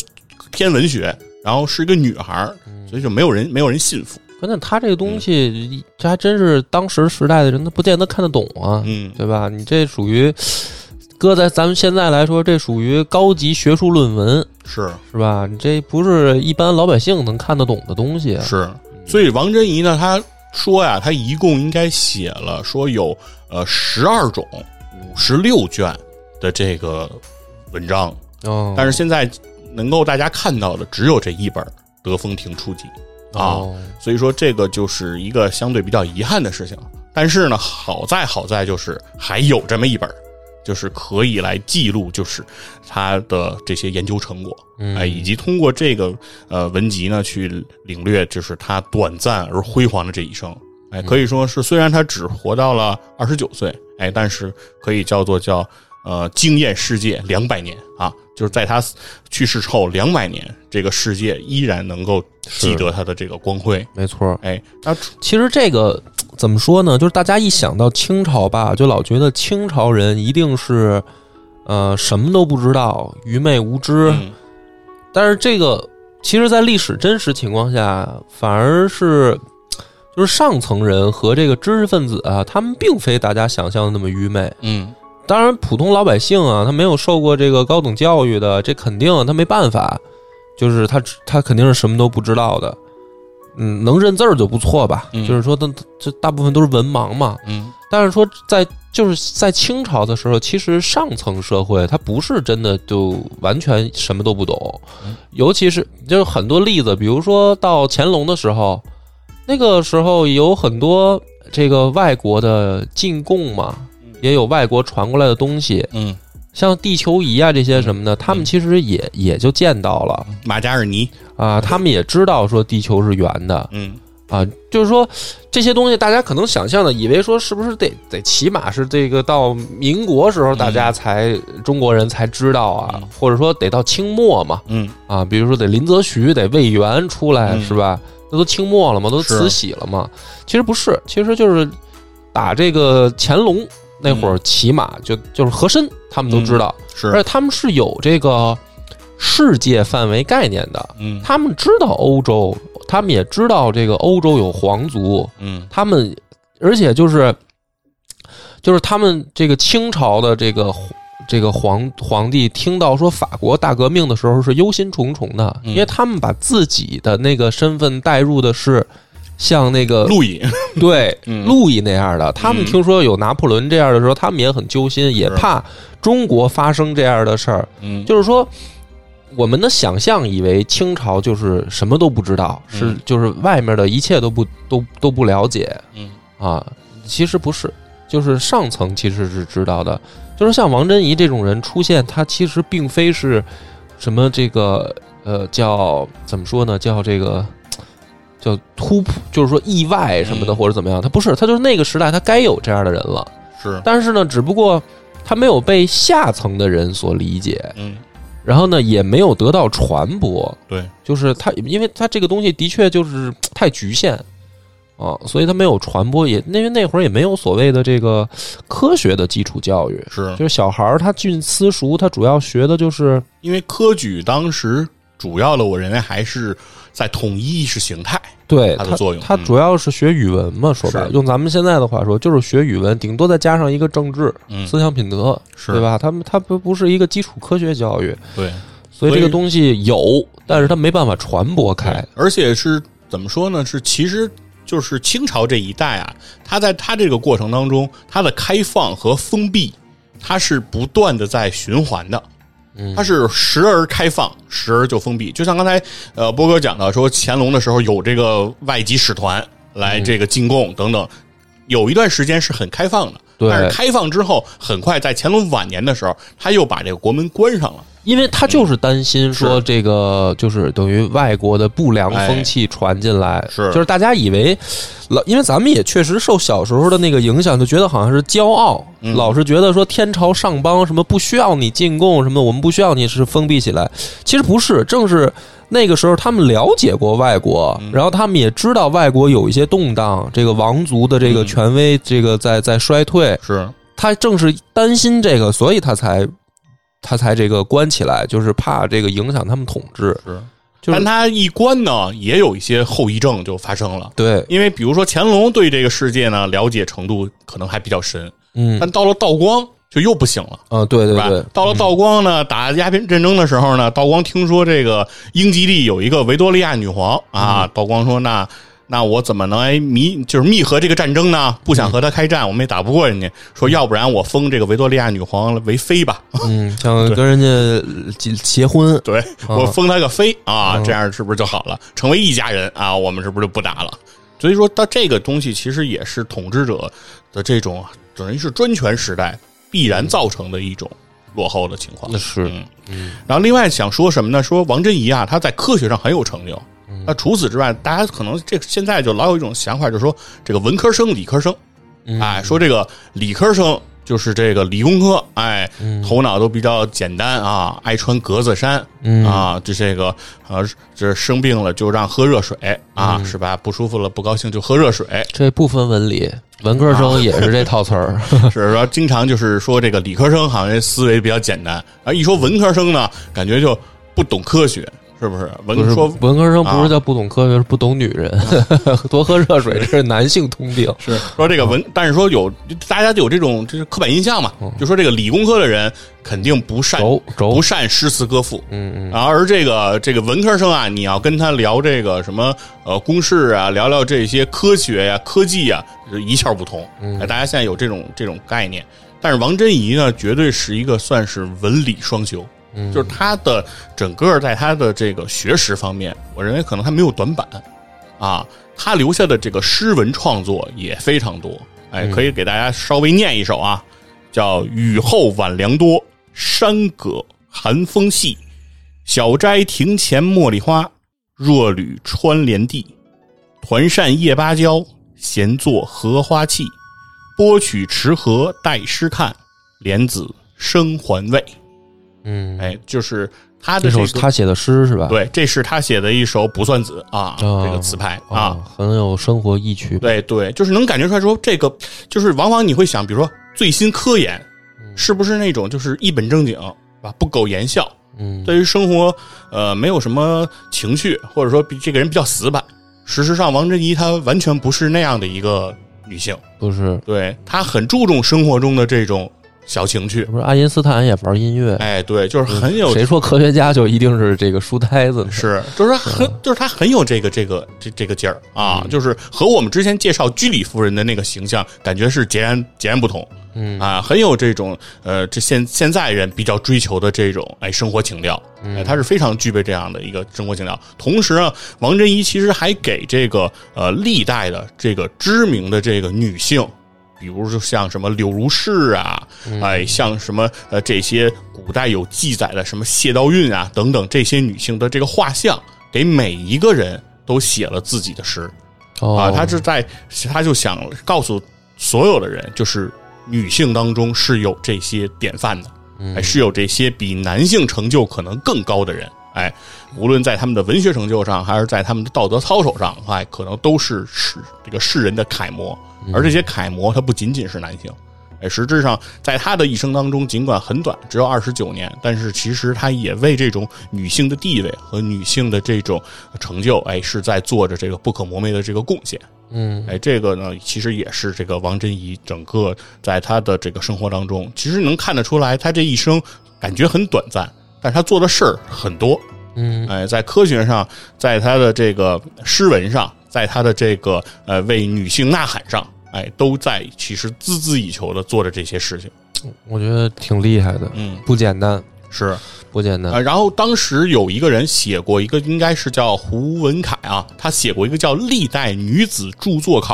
Speaker 2: 天文学，然后是一个女孩儿，
Speaker 1: 嗯
Speaker 2: 所以就没有人没有人信服。
Speaker 1: 关键他这个
Speaker 2: 嗯
Speaker 1: 东西，这还真是当时时代的人，他不见得看得懂啊，
Speaker 2: 嗯，
Speaker 1: 对吧？你这属于搁在咱们现在来说，这属于高级学术论文，
Speaker 2: 是
Speaker 1: 是吧？你这不是一般老百姓能看得懂的东西。啊
Speaker 2: 是。所以王珍怡呢，她说呀，他一共应该写了说有呃十二种五十六卷的这个文章，
Speaker 1: 哦，
Speaker 2: 但是现在能够大家看到的只有这一本《德风亭初集》啊。
Speaker 1: 哦，
Speaker 2: 所以说这个就是一个相对比较遗憾的事情。但是呢，好在好在就是还有这么一本儿，就是可以来记录，就是他的这些研究成果，
Speaker 1: 嗯
Speaker 2: 哎，以及通过这个呃文集呢去领略，就是他短暂而辉煌的这一生。哎，可以说是虽然他只活到了二十九岁，哎，但是可以叫做叫呃惊艳世界两百年啊，就是在他去世后两百年，这个世界依然能够记得他的这个光辉。
Speaker 1: 没错。
Speaker 2: 哎，那除
Speaker 1: 其实这个怎么说呢？就是大家一想到清朝吧，就老觉得清朝人一定是呃什么都不知道，愚昧无知。
Speaker 2: 嗯
Speaker 1: 但是这个其实，在历史真实情况下，反而是就是上层人和这个知识分子啊，他们并非大家想象的那么愚昧。
Speaker 2: 嗯
Speaker 1: 当然，普通老百姓啊，他没有受过这个高等教育的，这肯定他没办法，就是他只他肯定是什么都不知道的。嗯，能认字儿就不错吧。
Speaker 2: 嗯
Speaker 1: 就是说，他这大部分都是文盲嘛。
Speaker 2: 嗯
Speaker 1: 但是说在就是在清朝的时候，其实上层社会它不是真的就完全什么都不懂
Speaker 2: 嗯，
Speaker 1: 尤其是就是很多例子，比如说到乾隆的时候，那个时候有很多这个外国的进贡嘛，也有外国传过来的东西，
Speaker 2: 嗯，
Speaker 1: 像地球仪啊这些什么的，他们其实也也就见到了
Speaker 2: 马加尔尼，
Speaker 1: 啊，他们也知道说地球是圆的，
Speaker 2: 嗯
Speaker 1: 啊，就是说这些东西，大家可能想象的，以为说是不是得得起码是这个到民国时候，
Speaker 2: 嗯
Speaker 1: 大家才、中国人才知道啊，
Speaker 2: 嗯
Speaker 1: 或者说得到清末嘛
Speaker 2: 嗯
Speaker 1: 啊，比如说得林则徐得魏源出来、
Speaker 2: 嗯
Speaker 1: 是吧？那都清末了嘛，都
Speaker 2: 是
Speaker 1: 慈禧了嘛。其实不是，其实就是打这个乾隆那会儿骑马就、就是和珅，他们都知道，而
Speaker 2: 嗯是
Speaker 1: 且他们是有这个世界范围概念的。
Speaker 2: 嗯
Speaker 1: 他们知道欧洲，他们也知道这个欧洲有皇族，
Speaker 2: 嗯
Speaker 1: 他们而且就是就是他们这个清朝的这个这个皇皇帝听到说法国大革命的时候是忧心忡忡的，
Speaker 2: 嗯
Speaker 1: 因为他们把自己的那个身份带入的是像那个
Speaker 2: 路易，
Speaker 1: 对
Speaker 2: 呃嗯
Speaker 1: 路易那样的，他们
Speaker 2: 嗯
Speaker 1: 听说有拿破仑这样的时候，他们也很揪心，也
Speaker 2: 是
Speaker 1: 怕中国发生这样的事儿。
Speaker 2: 嗯
Speaker 1: 就是说，我们的想象以为清朝就是什么都不知道，
Speaker 2: 嗯
Speaker 1: 是就是外面的一切都不都都不了解
Speaker 2: 嗯
Speaker 1: 啊，其实不是，就是上层其实是知道的，就是像王珍怡这种人出现，他其实并非是什么这个呃叫怎么说呢，叫这个。叫突破，就是说意外什么的，
Speaker 2: 嗯
Speaker 1: 或者怎么样，他不是，他就是那个时代，他该有这样的人了。
Speaker 2: 是
Speaker 1: 但是呢，只不过他没有被下层的人所理解，
Speaker 2: 嗯
Speaker 1: 然后呢，也没有得到传播，
Speaker 2: 对
Speaker 1: 就是它，因为它这个东西的确就是太局限啊，所以它没有传播，也因为那会儿也没有所谓的这个科学的基础教育，
Speaker 2: 是
Speaker 1: 就是小孩儿他进私塾，他主要学的就是
Speaker 2: 因为科举当时主要的，我认为还是在统一意识形态。
Speaker 1: 对
Speaker 2: 它的
Speaker 1: 他
Speaker 2: 作用
Speaker 1: 他
Speaker 2: 嗯
Speaker 1: 主要是学语文嘛，说白了，
Speaker 2: 是啊
Speaker 1: 用咱们现在的话说，就是学语文，顶多再加上一个政治、
Speaker 2: 嗯，
Speaker 1: 思想、品德，
Speaker 2: 是
Speaker 1: 对？吧？他们他不不是一个基础科学教育，
Speaker 2: 对，
Speaker 1: 所以
Speaker 2: 所以
Speaker 1: 这个东西有，但是它没办法传播开
Speaker 2: 对，而且是怎么说呢？是其实就是清朝这一代啊，它在它这个过程当中，它的开放和封闭，它是不断的在循环的。
Speaker 1: 嗯
Speaker 2: 它是时而开放，时而就封闭。就像刚才呃波哥讲到说，乾隆的时候有这个外籍使团来
Speaker 1: 嗯
Speaker 2: 这个进贡等等，有一段时间是很开放的。
Speaker 1: 对
Speaker 2: 但是开放之后，很快在乾隆晚年的时候，他又把这个国门关上了。
Speaker 1: 因为他就是担心说
Speaker 2: 是
Speaker 1: 这个就是等于外国的不良风气传进来，
Speaker 2: 哎是
Speaker 1: 就是大家以为老，因为咱们也确实受小时候的那个影响，就觉得好像是骄傲，
Speaker 2: 嗯
Speaker 1: 老是觉得说天朝上邦什么不需要你进贡什么，我们不需要你是封闭起来，其实不是，正是。那个时候，他们了解过外国，
Speaker 2: 嗯
Speaker 1: 然后他们也知道外国有一些动荡，这个王族的这个
Speaker 2: 嗯
Speaker 1: 权威，这个在在衰退，
Speaker 2: 是，
Speaker 1: 他正是担心这个，所以他才他才这个关起来，就是怕这个影响他们统治。
Speaker 2: 是
Speaker 1: 就是
Speaker 2: 但他一关呢，也有一些后遗症就发生了。
Speaker 1: 对，
Speaker 2: 因为比如说乾隆对这个世界呢了解程度可能还比较深，
Speaker 1: 嗯
Speaker 2: 但到了道光就又不行了。
Speaker 1: 啊，对对
Speaker 2: 是吧？
Speaker 1: 对，
Speaker 2: 到了道光呢，打鸦片战争的时候
Speaker 1: 嗯
Speaker 2: 呢，道光听说这个英吉利有一个维多利亚女皇啊，道光说那那我怎么能哎弥就是弥合这个战争呢？不想
Speaker 1: 嗯
Speaker 2: 和他开战，我们也打不过人家。说要不然我封这个维多利亚女皇为妃吧，
Speaker 1: 嗯，想跟人家结结婚，
Speaker 2: 对我封她个妃啊，
Speaker 1: 嗯
Speaker 2: 这样是不是就好了？成为一家人啊，我们是不是就不打了？所以说到这个东西，其实也是统治者的这种等于是专权时代必然造成的一种落后的情况
Speaker 1: 那。是
Speaker 2: 嗯，然后另外想说什么呢？说王振仪啊，他在科学上很有成就。
Speaker 1: 嗯
Speaker 2: 那除此之外，大家可能这现在就老有一种想法，就是说这个文科生、理科生，
Speaker 1: 嗯
Speaker 2: 哎，说这个理科生就是这个理工科，哎，头脑都比较简单啊，爱穿格子衫
Speaker 1: 嗯
Speaker 2: 啊，就这个啊，这生病了就让喝热水
Speaker 1: 嗯
Speaker 2: 啊，是吧？不舒服了不高兴就 喝热水，
Speaker 1: 这不分文理，文科生也是这套词
Speaker 2: 啊
Speaker 1: 儿。
Speaker 2: 是说经常就是说这个理科生好像思维比较简单，啊，一说文科生呢，感觉就不懂科学，是不是？
Speaker 1: 不
Speaker 2: 文
Speaker 1: 是
Speaker 2: 说啊
Speaker 1: 文科生不是叫不懂科学，是不懂女人。 多喝热水这是男性通病。
Speaker 2: 是说这个文，但是说有大家就有这种就是刻板印象嘛，就说这个理工科的人肯定不善
Speaker 1: 轴轴
Speaker 2: 不善诗词歌赋，
Speaker 1: 嗯嗯，
Speaker 2: 啊，而这个这个文科生啊，你要跟他聊这个什么呃公式啊，聊聊这些科学呀、科技呀、就是一窍不通。
Speaker 1: 嗯
Speaker 2: 哎，大家现在有这种这种概念，但是王珍怡呢，绝对是一个算是文理双修，
Speaker 1: 嗯
Speaker 2: 就是他的整个在他的这个学识方面，我认为可能他没有短板啊，他留下的这个诗文创作也非常多。哎，
Speaker 1: 嗯
Speaker 2: 可以给大家稍微念一首啊，叫《雨后晚凉多，山葛寒风细》。小斋庭前茉莉花，弱旅穿帘地。团扇夜芭蕉，闲坐荷花气。拨曲池荷待诗看，莲子生还味。
Speaker 1: 嗯，
Speaker 2: 哎，就是他的
Speaker 1: 这首
Speaker 2: 个
Speaker 1: 是他写的诗是吧？
Speaker 2: 对，这是他写的一首《卜算子》啊，
Speaker 1: 哦
Speaker 2: 这个词牌啊。
Speaker 1: 啊，很有生活意趣。
Speaker 2: 对对，就是能感觉出来说，这个就是往往你会想，比如说最新科研，
Speaker 1: 嗯
Speaker 2: 是不是那种就是一本正经啊，不苟言笑，
Speaker 1: 嗯，
Speaker 2: 对于生活呃没有什么情绪，或者说比这个人比较死板。事实上，王珍妮她完全不是那样的一个女性，
Speaker 1: 不是，
Speaker 2: 对她很注重生活中的这种小情趣。
Speaker 1: 不是爱因斯坦也玩音乐。
Speaker 2: 哎，对，就是很有
Speaker 1: 谁说科学家就一定是这个书呆子呢？嗯
Speaker 2: 是，就是很，就是他很有这个这个这这个劲儿啊，就是和我们之前介绍居里夫人的那个形象，感觉是截然截然不同。
Speaker 1: 嗯
Speaker 2: 啊，很有这种呃，这现现在人比较追求的这种哎生活情调，
Speaker 1: 嗯
Speaker 2: 哎，他是非常具备这样的一个生活情调。同时呢，王珍怡其实还给这个呃历代的这个知名的这个女性。比如说像什么柳如是啊，哎，像什么呃这些古代有记载的什么谢道韫啊等等这些女性的这个画像，给每一个人都写了自己的诗
Speaker 1: 哦，
Speaker 2: 啊。他是在他就想告诉所有的人，就是女性当中是有这些典范的，哎，是有这些比男性成就可能更高的人。哎，无论在他们的文学成就上，还是在他们的道德操守上，哎，可能都是世这个世人的楷模。而这些楷模，它不仅仅是男性，哎，实质上在他的一生当中，尽管很短，只有二十九年，但是其实他也为这种女性的地位和女性的这种成就，哎，是在做着这个不可磨灭的这个贡献。
Speaker 1: 嗯
Speaker 2: 哎，这个呢，其实也是这个王珍怡整个在她的这个生活当中，其实能看得出来，她这一生感觉很短暂，但是她做的事儿很多。
Speaker 1: 嗯
Speaker 2: 哎，在科学上，在她的这个诗文上，在她的这个呃为女性呐喊上，哎，都在其实孜孜以求的做着这些事情。
Speaker 1: 我觉得挺厉害的，
Speaker 2: 嗯，
Speaker 1: 不简单，
Speaker 2: 是。
Speaker 1: 不简单
Speaker 2: 啊，。然后当时有一个人写过一个，应该是叫胡文凯啊，他写过一个叫《历代女子著作考》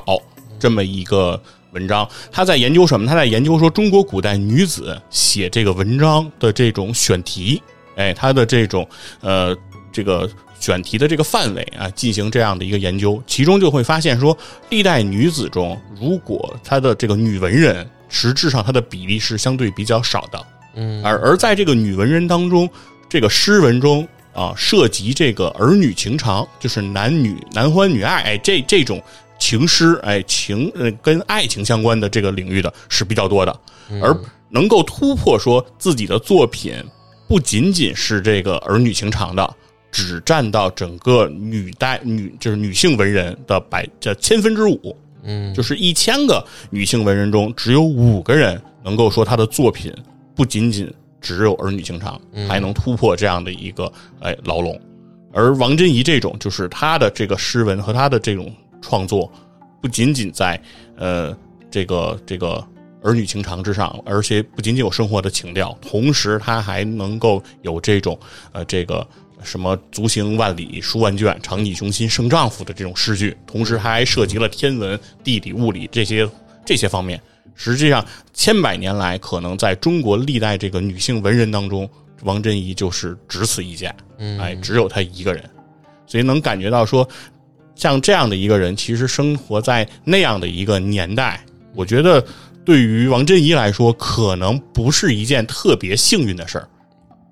Speaker 2: 这么一个文章。他在研究什么？他在研究说中国古代女子写这个文章的这种选题，哎，他的这种呃这个选题的这个范围啊，进行这样的一个研究，其中就会发现说，历代女子中，如果她的这个女文人，实质上她的比例是相对比较少的。
Speaker 1: 嗯
Speaker 2: 而而在这个女文人当中，这个诗文中啊，涉及这个儿女情长，就是男女男欢女爱，哎，这这种情诗，哎，情呃跟爱情相关的这个领域的是比较多的，而能够突破说自己的作品不仅仅是这个儿女情长的。只占到整个女代女就是女性文人的百这千分之五，
Speaker 1: 嗯，
Speaker 2: 就是一千个女性文人中，只有五个人能够说她的作品不仅仅只有儿女情长，还能突破这样的一个哎牢笼。而王珍怡这种，就是她的这个诗文和她的这种创作，不仅仅在呃这个这个儿女情长之上，而且不仅仅有生活的情调，同时它还能够有这种呃这个什么“足行万里书万卷，常忆雄心胜丈夫”的这种诗句，同时还涉及了天文、地理、物理这些这些方面。实际上，千百年来，可能在中国历代这个女性文人当中，王贞仪就是只此一家，
Speaker 1: 嗯，
Speaker 2: 哎，只有她一个人，所以能感觉到说，像这样的一个人，其实生活在那样的一个年代，我觉得对于王贞仪来说，可能不是一件特别幸运的事儿，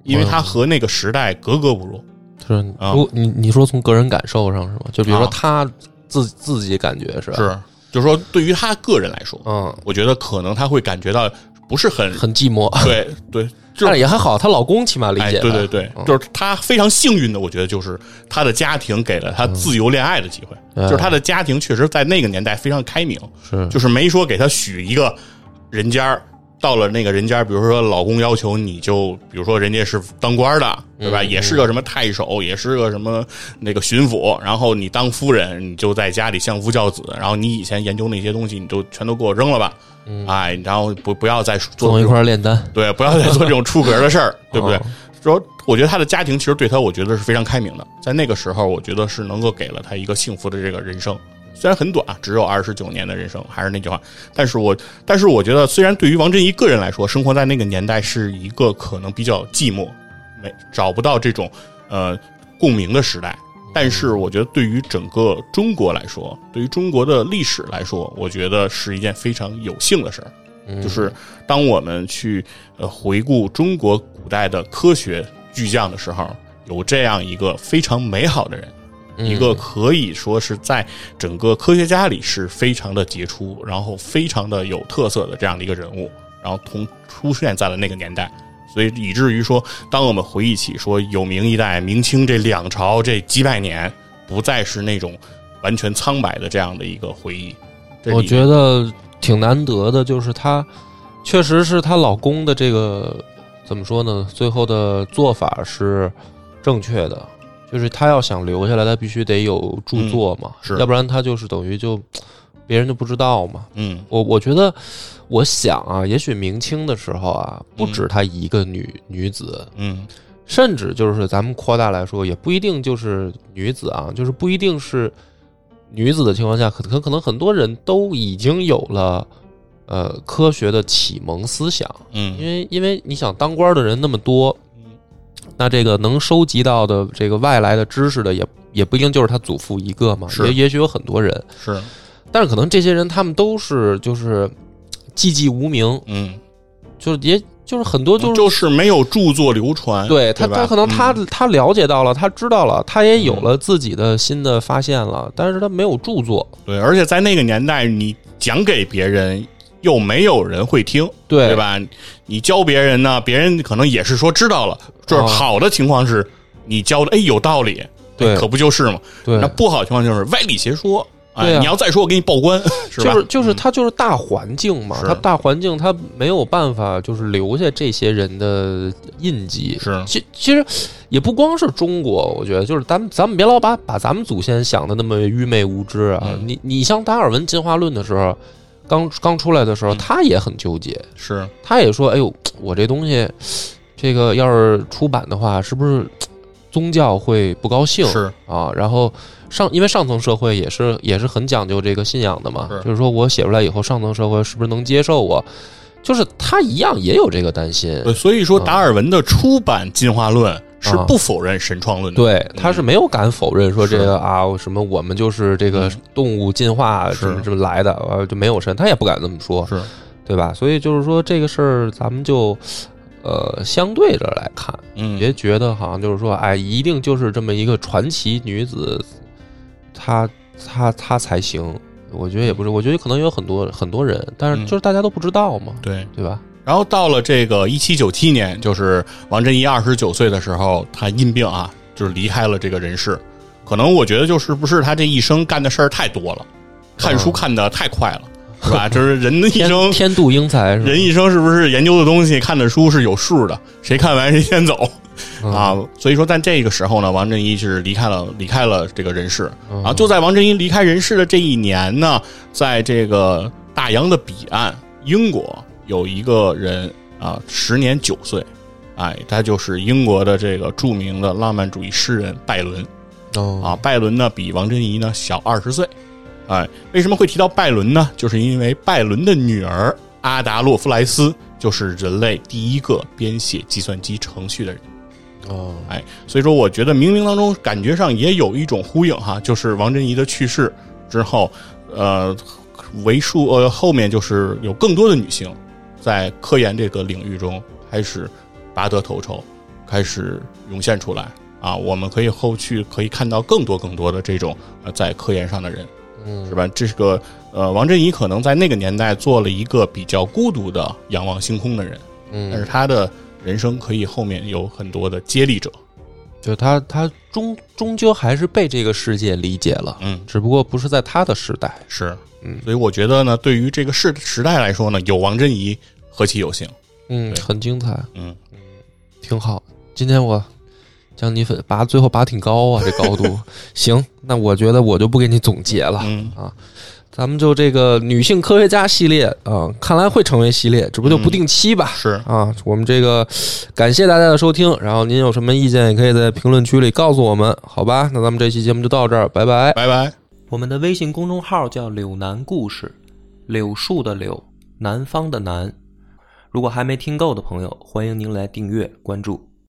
Speaker 2: 因为她和那个时代格格不入。
Speaker 1: 就是你
Speaker 2: 啊
Speaker 1: 如果你你说从个人感受上是吗？就比如说
Speaker 2: 啊
Speaker 1: 他自自己感觉是吧，
Speaker 2: 是，就是说，对于她个人来说，
Speaker 1: 嗯，
Speaker 2: 我觉得可能她会感觉到不是很
Speaker 1: 很寂寞，
Speaker 2: 对对， 就是
Speaker 1: 但是也还好，她老公起码理解
Speaker 2: 哎。
Speaker 1: 吧，
Speaker 2: 对对对，
Speaker 1: 嗯
Speaker 2: 就是她非常幸运的，我觉得就是她的家庭给了她自由恋爱的机会，
Speaker 1: 嗯
Speaker 2: 就是她的家庭确实在那个年代非常开明，
Speaker 1: 是
Speaker 2: 嗯就是没说给她许一个人家儿。到了那个人家儿，比如说老公要求你就，比如说人家是当官的，对吧？嗯也是个什么太守，也是个什么那个巡抚，然后你当夫人，你就在家里相夫教子，然后你以前研究那些东西，你就全都给我扔了吧，哎，然后不不要再做
Speaker 1: 总
Speaker 2: 这
Speaker 1: 一
Speaker 2: 种
Speaker 1: 块儿炼丹，
Speaker 2: 对，不要再做这种出格的事儿，对不对
Speaker 1: 哦？
Speaker 2: 说，我觉得他的家庭其实对他，我觉得是非常开明的，在那个时候，我觉得是能够给了他一个幸福的这个人生。虽然很短，啊只有二十九年的人生，还是那句话，但是我，但是我觉得，虽然对于王振一个人来说，生活在那个年代是一个可能比较寂寞，没找不到这种呃共鸣的时代，
Speaker 1: 嗯
Speaker 2: 但是我觉得对于整个中国来说，对于中国的历史来说，我觉得是一件非常有幸的事儿。
Speaker 1: 嗯
Speaker 2: 就是当我们去呃回顾中国古代的科学巨匠的时候，有这样一个非常美好的人，
Speaker 1: 嗯
Speaker 2: 一个可以说是在整个科学家里是非常的杰出，然后非常的有特色的这样的一个人物，然后同出现在了那个年代。所以以至于说，当我们回忆起说有明一代、明清这两朝这几百年，不再是那种完全苍白的这样的一个回忆。这
Speaker 1: 我
Speaker 2: 里
Speaker 1: 觉得挺难得的，就是她确实是她老公的这个怎么说呢？最后的做法是正确的，就是她要想留下来，她必须得有著作嘛，
Speaker 2: 嗯是
Speaker 1: 要不然她就是等于就别人就不知道嘛。
Speaker 2: 嗯
Speaker 1: 我我觉得，我想啊，也许明清的时候啊，不
Speaker 2: 嗯
Speaker 1: 止她一个女、女子，
Speaker 2: 嗯
Speaker 1: 甚至就是咱们扩大来说，也不一定就是女子啊，就是不一定是女子的情况下，可可可能很多人都已经有了呃科学的启蒙思想，
Speaker 2: 嗯，
Speaker 1: 因为因为你想当官的人那么多，
Speaker 2: 嗯
Speaker 1: 那这个能收集到的这个外来的知识的也也不一定就是他祖父一个嘛，
Speaker 2: 是
Speaker 1: 也也许有很多人，
Speaker 2: 是
Speaker 1: 但是可能这些人他们都是就是寂寂无名，
Speaker 2: 嗯。
Speaker 1: 就是也就是很多就是
Speaker 2: 就是没有著作流传。
Speaker 1: 对他，
Speaker 2: 吧
Speaker 1: 他可能他、
Speaker 2: 嗯
Speaker 1: 他了解到了，他知道了，他也有了自己的新的发现了，但是他没有著作。
Speaker 2: 对，而且在那个年代，你讲给别人又没有人会听，
Speaker 1: 对
Speaker 2: 对吧？你教别人呢，别人可能也是说知道了，就是
Speaker 1: 哦
Speaker 2: 好的情况是你教的，哎，有道理，
Speaker 1: 对
Speaker 2: 哎可不就是嘛？
Speaker 1: 对
Speaker 2: 那，不好的情况就是歪理邪说，哎，
Speaker 1: 对啊
Speaker 2: 你要再说，我给你 报官，是吧？嗯
Speaker 1: 就是就是他就是大环境嘛，
Speaker 2: 是
Speaker 1: 他大环境他没有办法就是留下这些人的印记。
Speaker 2: 嗯是
Speaker 1: 其其实也不光是中国，我觉得就是咱们咱们别老把把咱们祖先想的那么愚昧无知啊。
Speaker 2: 嗯
Speaker 1: 你你像达尔文进化论的时候，刚刚出来的时候，
Speaker 2: 嗯
Speaker 1: 他也很纠结。
Speaker 2: 是，
Speaker 1: 他也说：“哎呦，我这东西，这个要是出版的话，是不是宗教会不高兴
Speaker 2: 是
Speaker 1: 啊？”然后上，因为上层社会也是也是很讲究这个信仰的嘛，
Speaker 2: 是
Speaker 1: 就是说我写出来以后，上层社会是不是能接受我？就是他一样也有这个担心，
Speaker 2: 呃所以说
Speaker 1: 啊
Speaker 2: 达尔文的出版进化论是
Speaker 1: 啊
Speaker 2: 不否认神创论的，
Speaker 1: 对，他是没有敢否认说这
Speaker 2: 是
Speaker 1: 个啊什么我们就是这个
Speaker 2: 嗯
Speaker 1: 动物进化
Speaker 2: 是
Speaker 1: 什么什么来的，呃就没有神，他也不敢这么说，
Speaker 2: 是
Speaker 1: 对吧？所以就是说这个事儿，咱们就呃相对着来看。
Speaker 2: 嗯，
Speaker 1: 别觉得好像就是说，哎，一定就是这么一个传奇女子，她她她才行。我觉得也不是，我觉得可能有很多很多人，但是
Speaker 2: 嗯
Speaker 1: 就是大家都不知道嘛，
Speaker 2: 对。
Speaker 1: 对吧？
Speaker 2: 然后到了这个一七九七年，就是王振一二十九岁的时候，他因病啊，就是离开了这个人世。可能我觉得就是不是他这一生干的事儿太多了，看书看的太快了，是 吧？就是人的一
Speaker 1: 嗯天
Speaker 2: 生，
Speaker 1: 天妒英才是吧？
Speaker 2: 人一生是不是研究的东西、看的书是有数的？谁看完谁先走，
Speaker 1: 嗯
Speaker 2: 啊，所以说，但这个时候呢，王振一是离开了离开了这个人世
Speaker 1: 嗯
Speaker 2: 啊。就在王振一离开人世的这一年呢，在这个大洋的彼岸，英国有一个人啊，时年九岁，哎，他就是英国的这个著名的浪漫主义诗人拜伦
Speaker 1: 哦
Speaker 2: 啊。拜伦呢比王振一呢小二十岁，哎，为什么会提到拜伦呢？就是因为拜伦的女儿阿达洛夫莱斯就是人类第一个编写计算机程序的人。
Speaker 1: 哦，
Speaker 2: 哎，所以说我觉得冥冥当中感觉上也有一种呼应哈，就是王振仪的去世之后，呃，为数呃后面就是有更多的女性在科研这个领域中开始拔得头筹，开始涌现出来啊，我们可以后续可以看到更多更多的这种呃在科研上的人。
Speaker 1: 嗯
Speaker 2: 是吧？这是个呃，王振仪可能在那个年代做了一个比较孤独的仰望星空的人，但是
Speaker 1: 嗯，
Speaker 2: 他的人生可以后面有很多的接力者，
Speaker 1: 就他他终终究还是被这个世界理解了，
Speaker 2: 嗯，
Speaker 1: 只不过不是在他的时代。
Speaker 2: 是，
Speaker 1: 嗯
Speaker 2: 所以我觉得呢，对于这个世时代来说呢，有王振仪何其有幸。
Speaker 1: 嗯，
Speaker 2: 对
Speaker 1: 很精彩，
Speaker 2: 嗯，
Speaker 1: 挺好。今天我将你粉拔，最后拔挺高啊，这高 度。行，那我觉得我就不给你总结了。
Speaker 2: 嗯，
Speaker 1: 咱们就这个女性科学家系列啊、看来会成为系列，只不过就不定期吧。
Speaker 2: 是，
Speaker 1: 啊，我们这个感谢大家的收听，然后您有什么意见也可以在评论区里告诉我们，好吧？那咱们这期节目就到这儿，拜拜。
Speaker 2: 拜拜。
Speaker 3: 我们的微信公众号叫“柳南故事”，柳树的柳，南方的南。如果还没听够的朋友，欢迎您来订阅关注。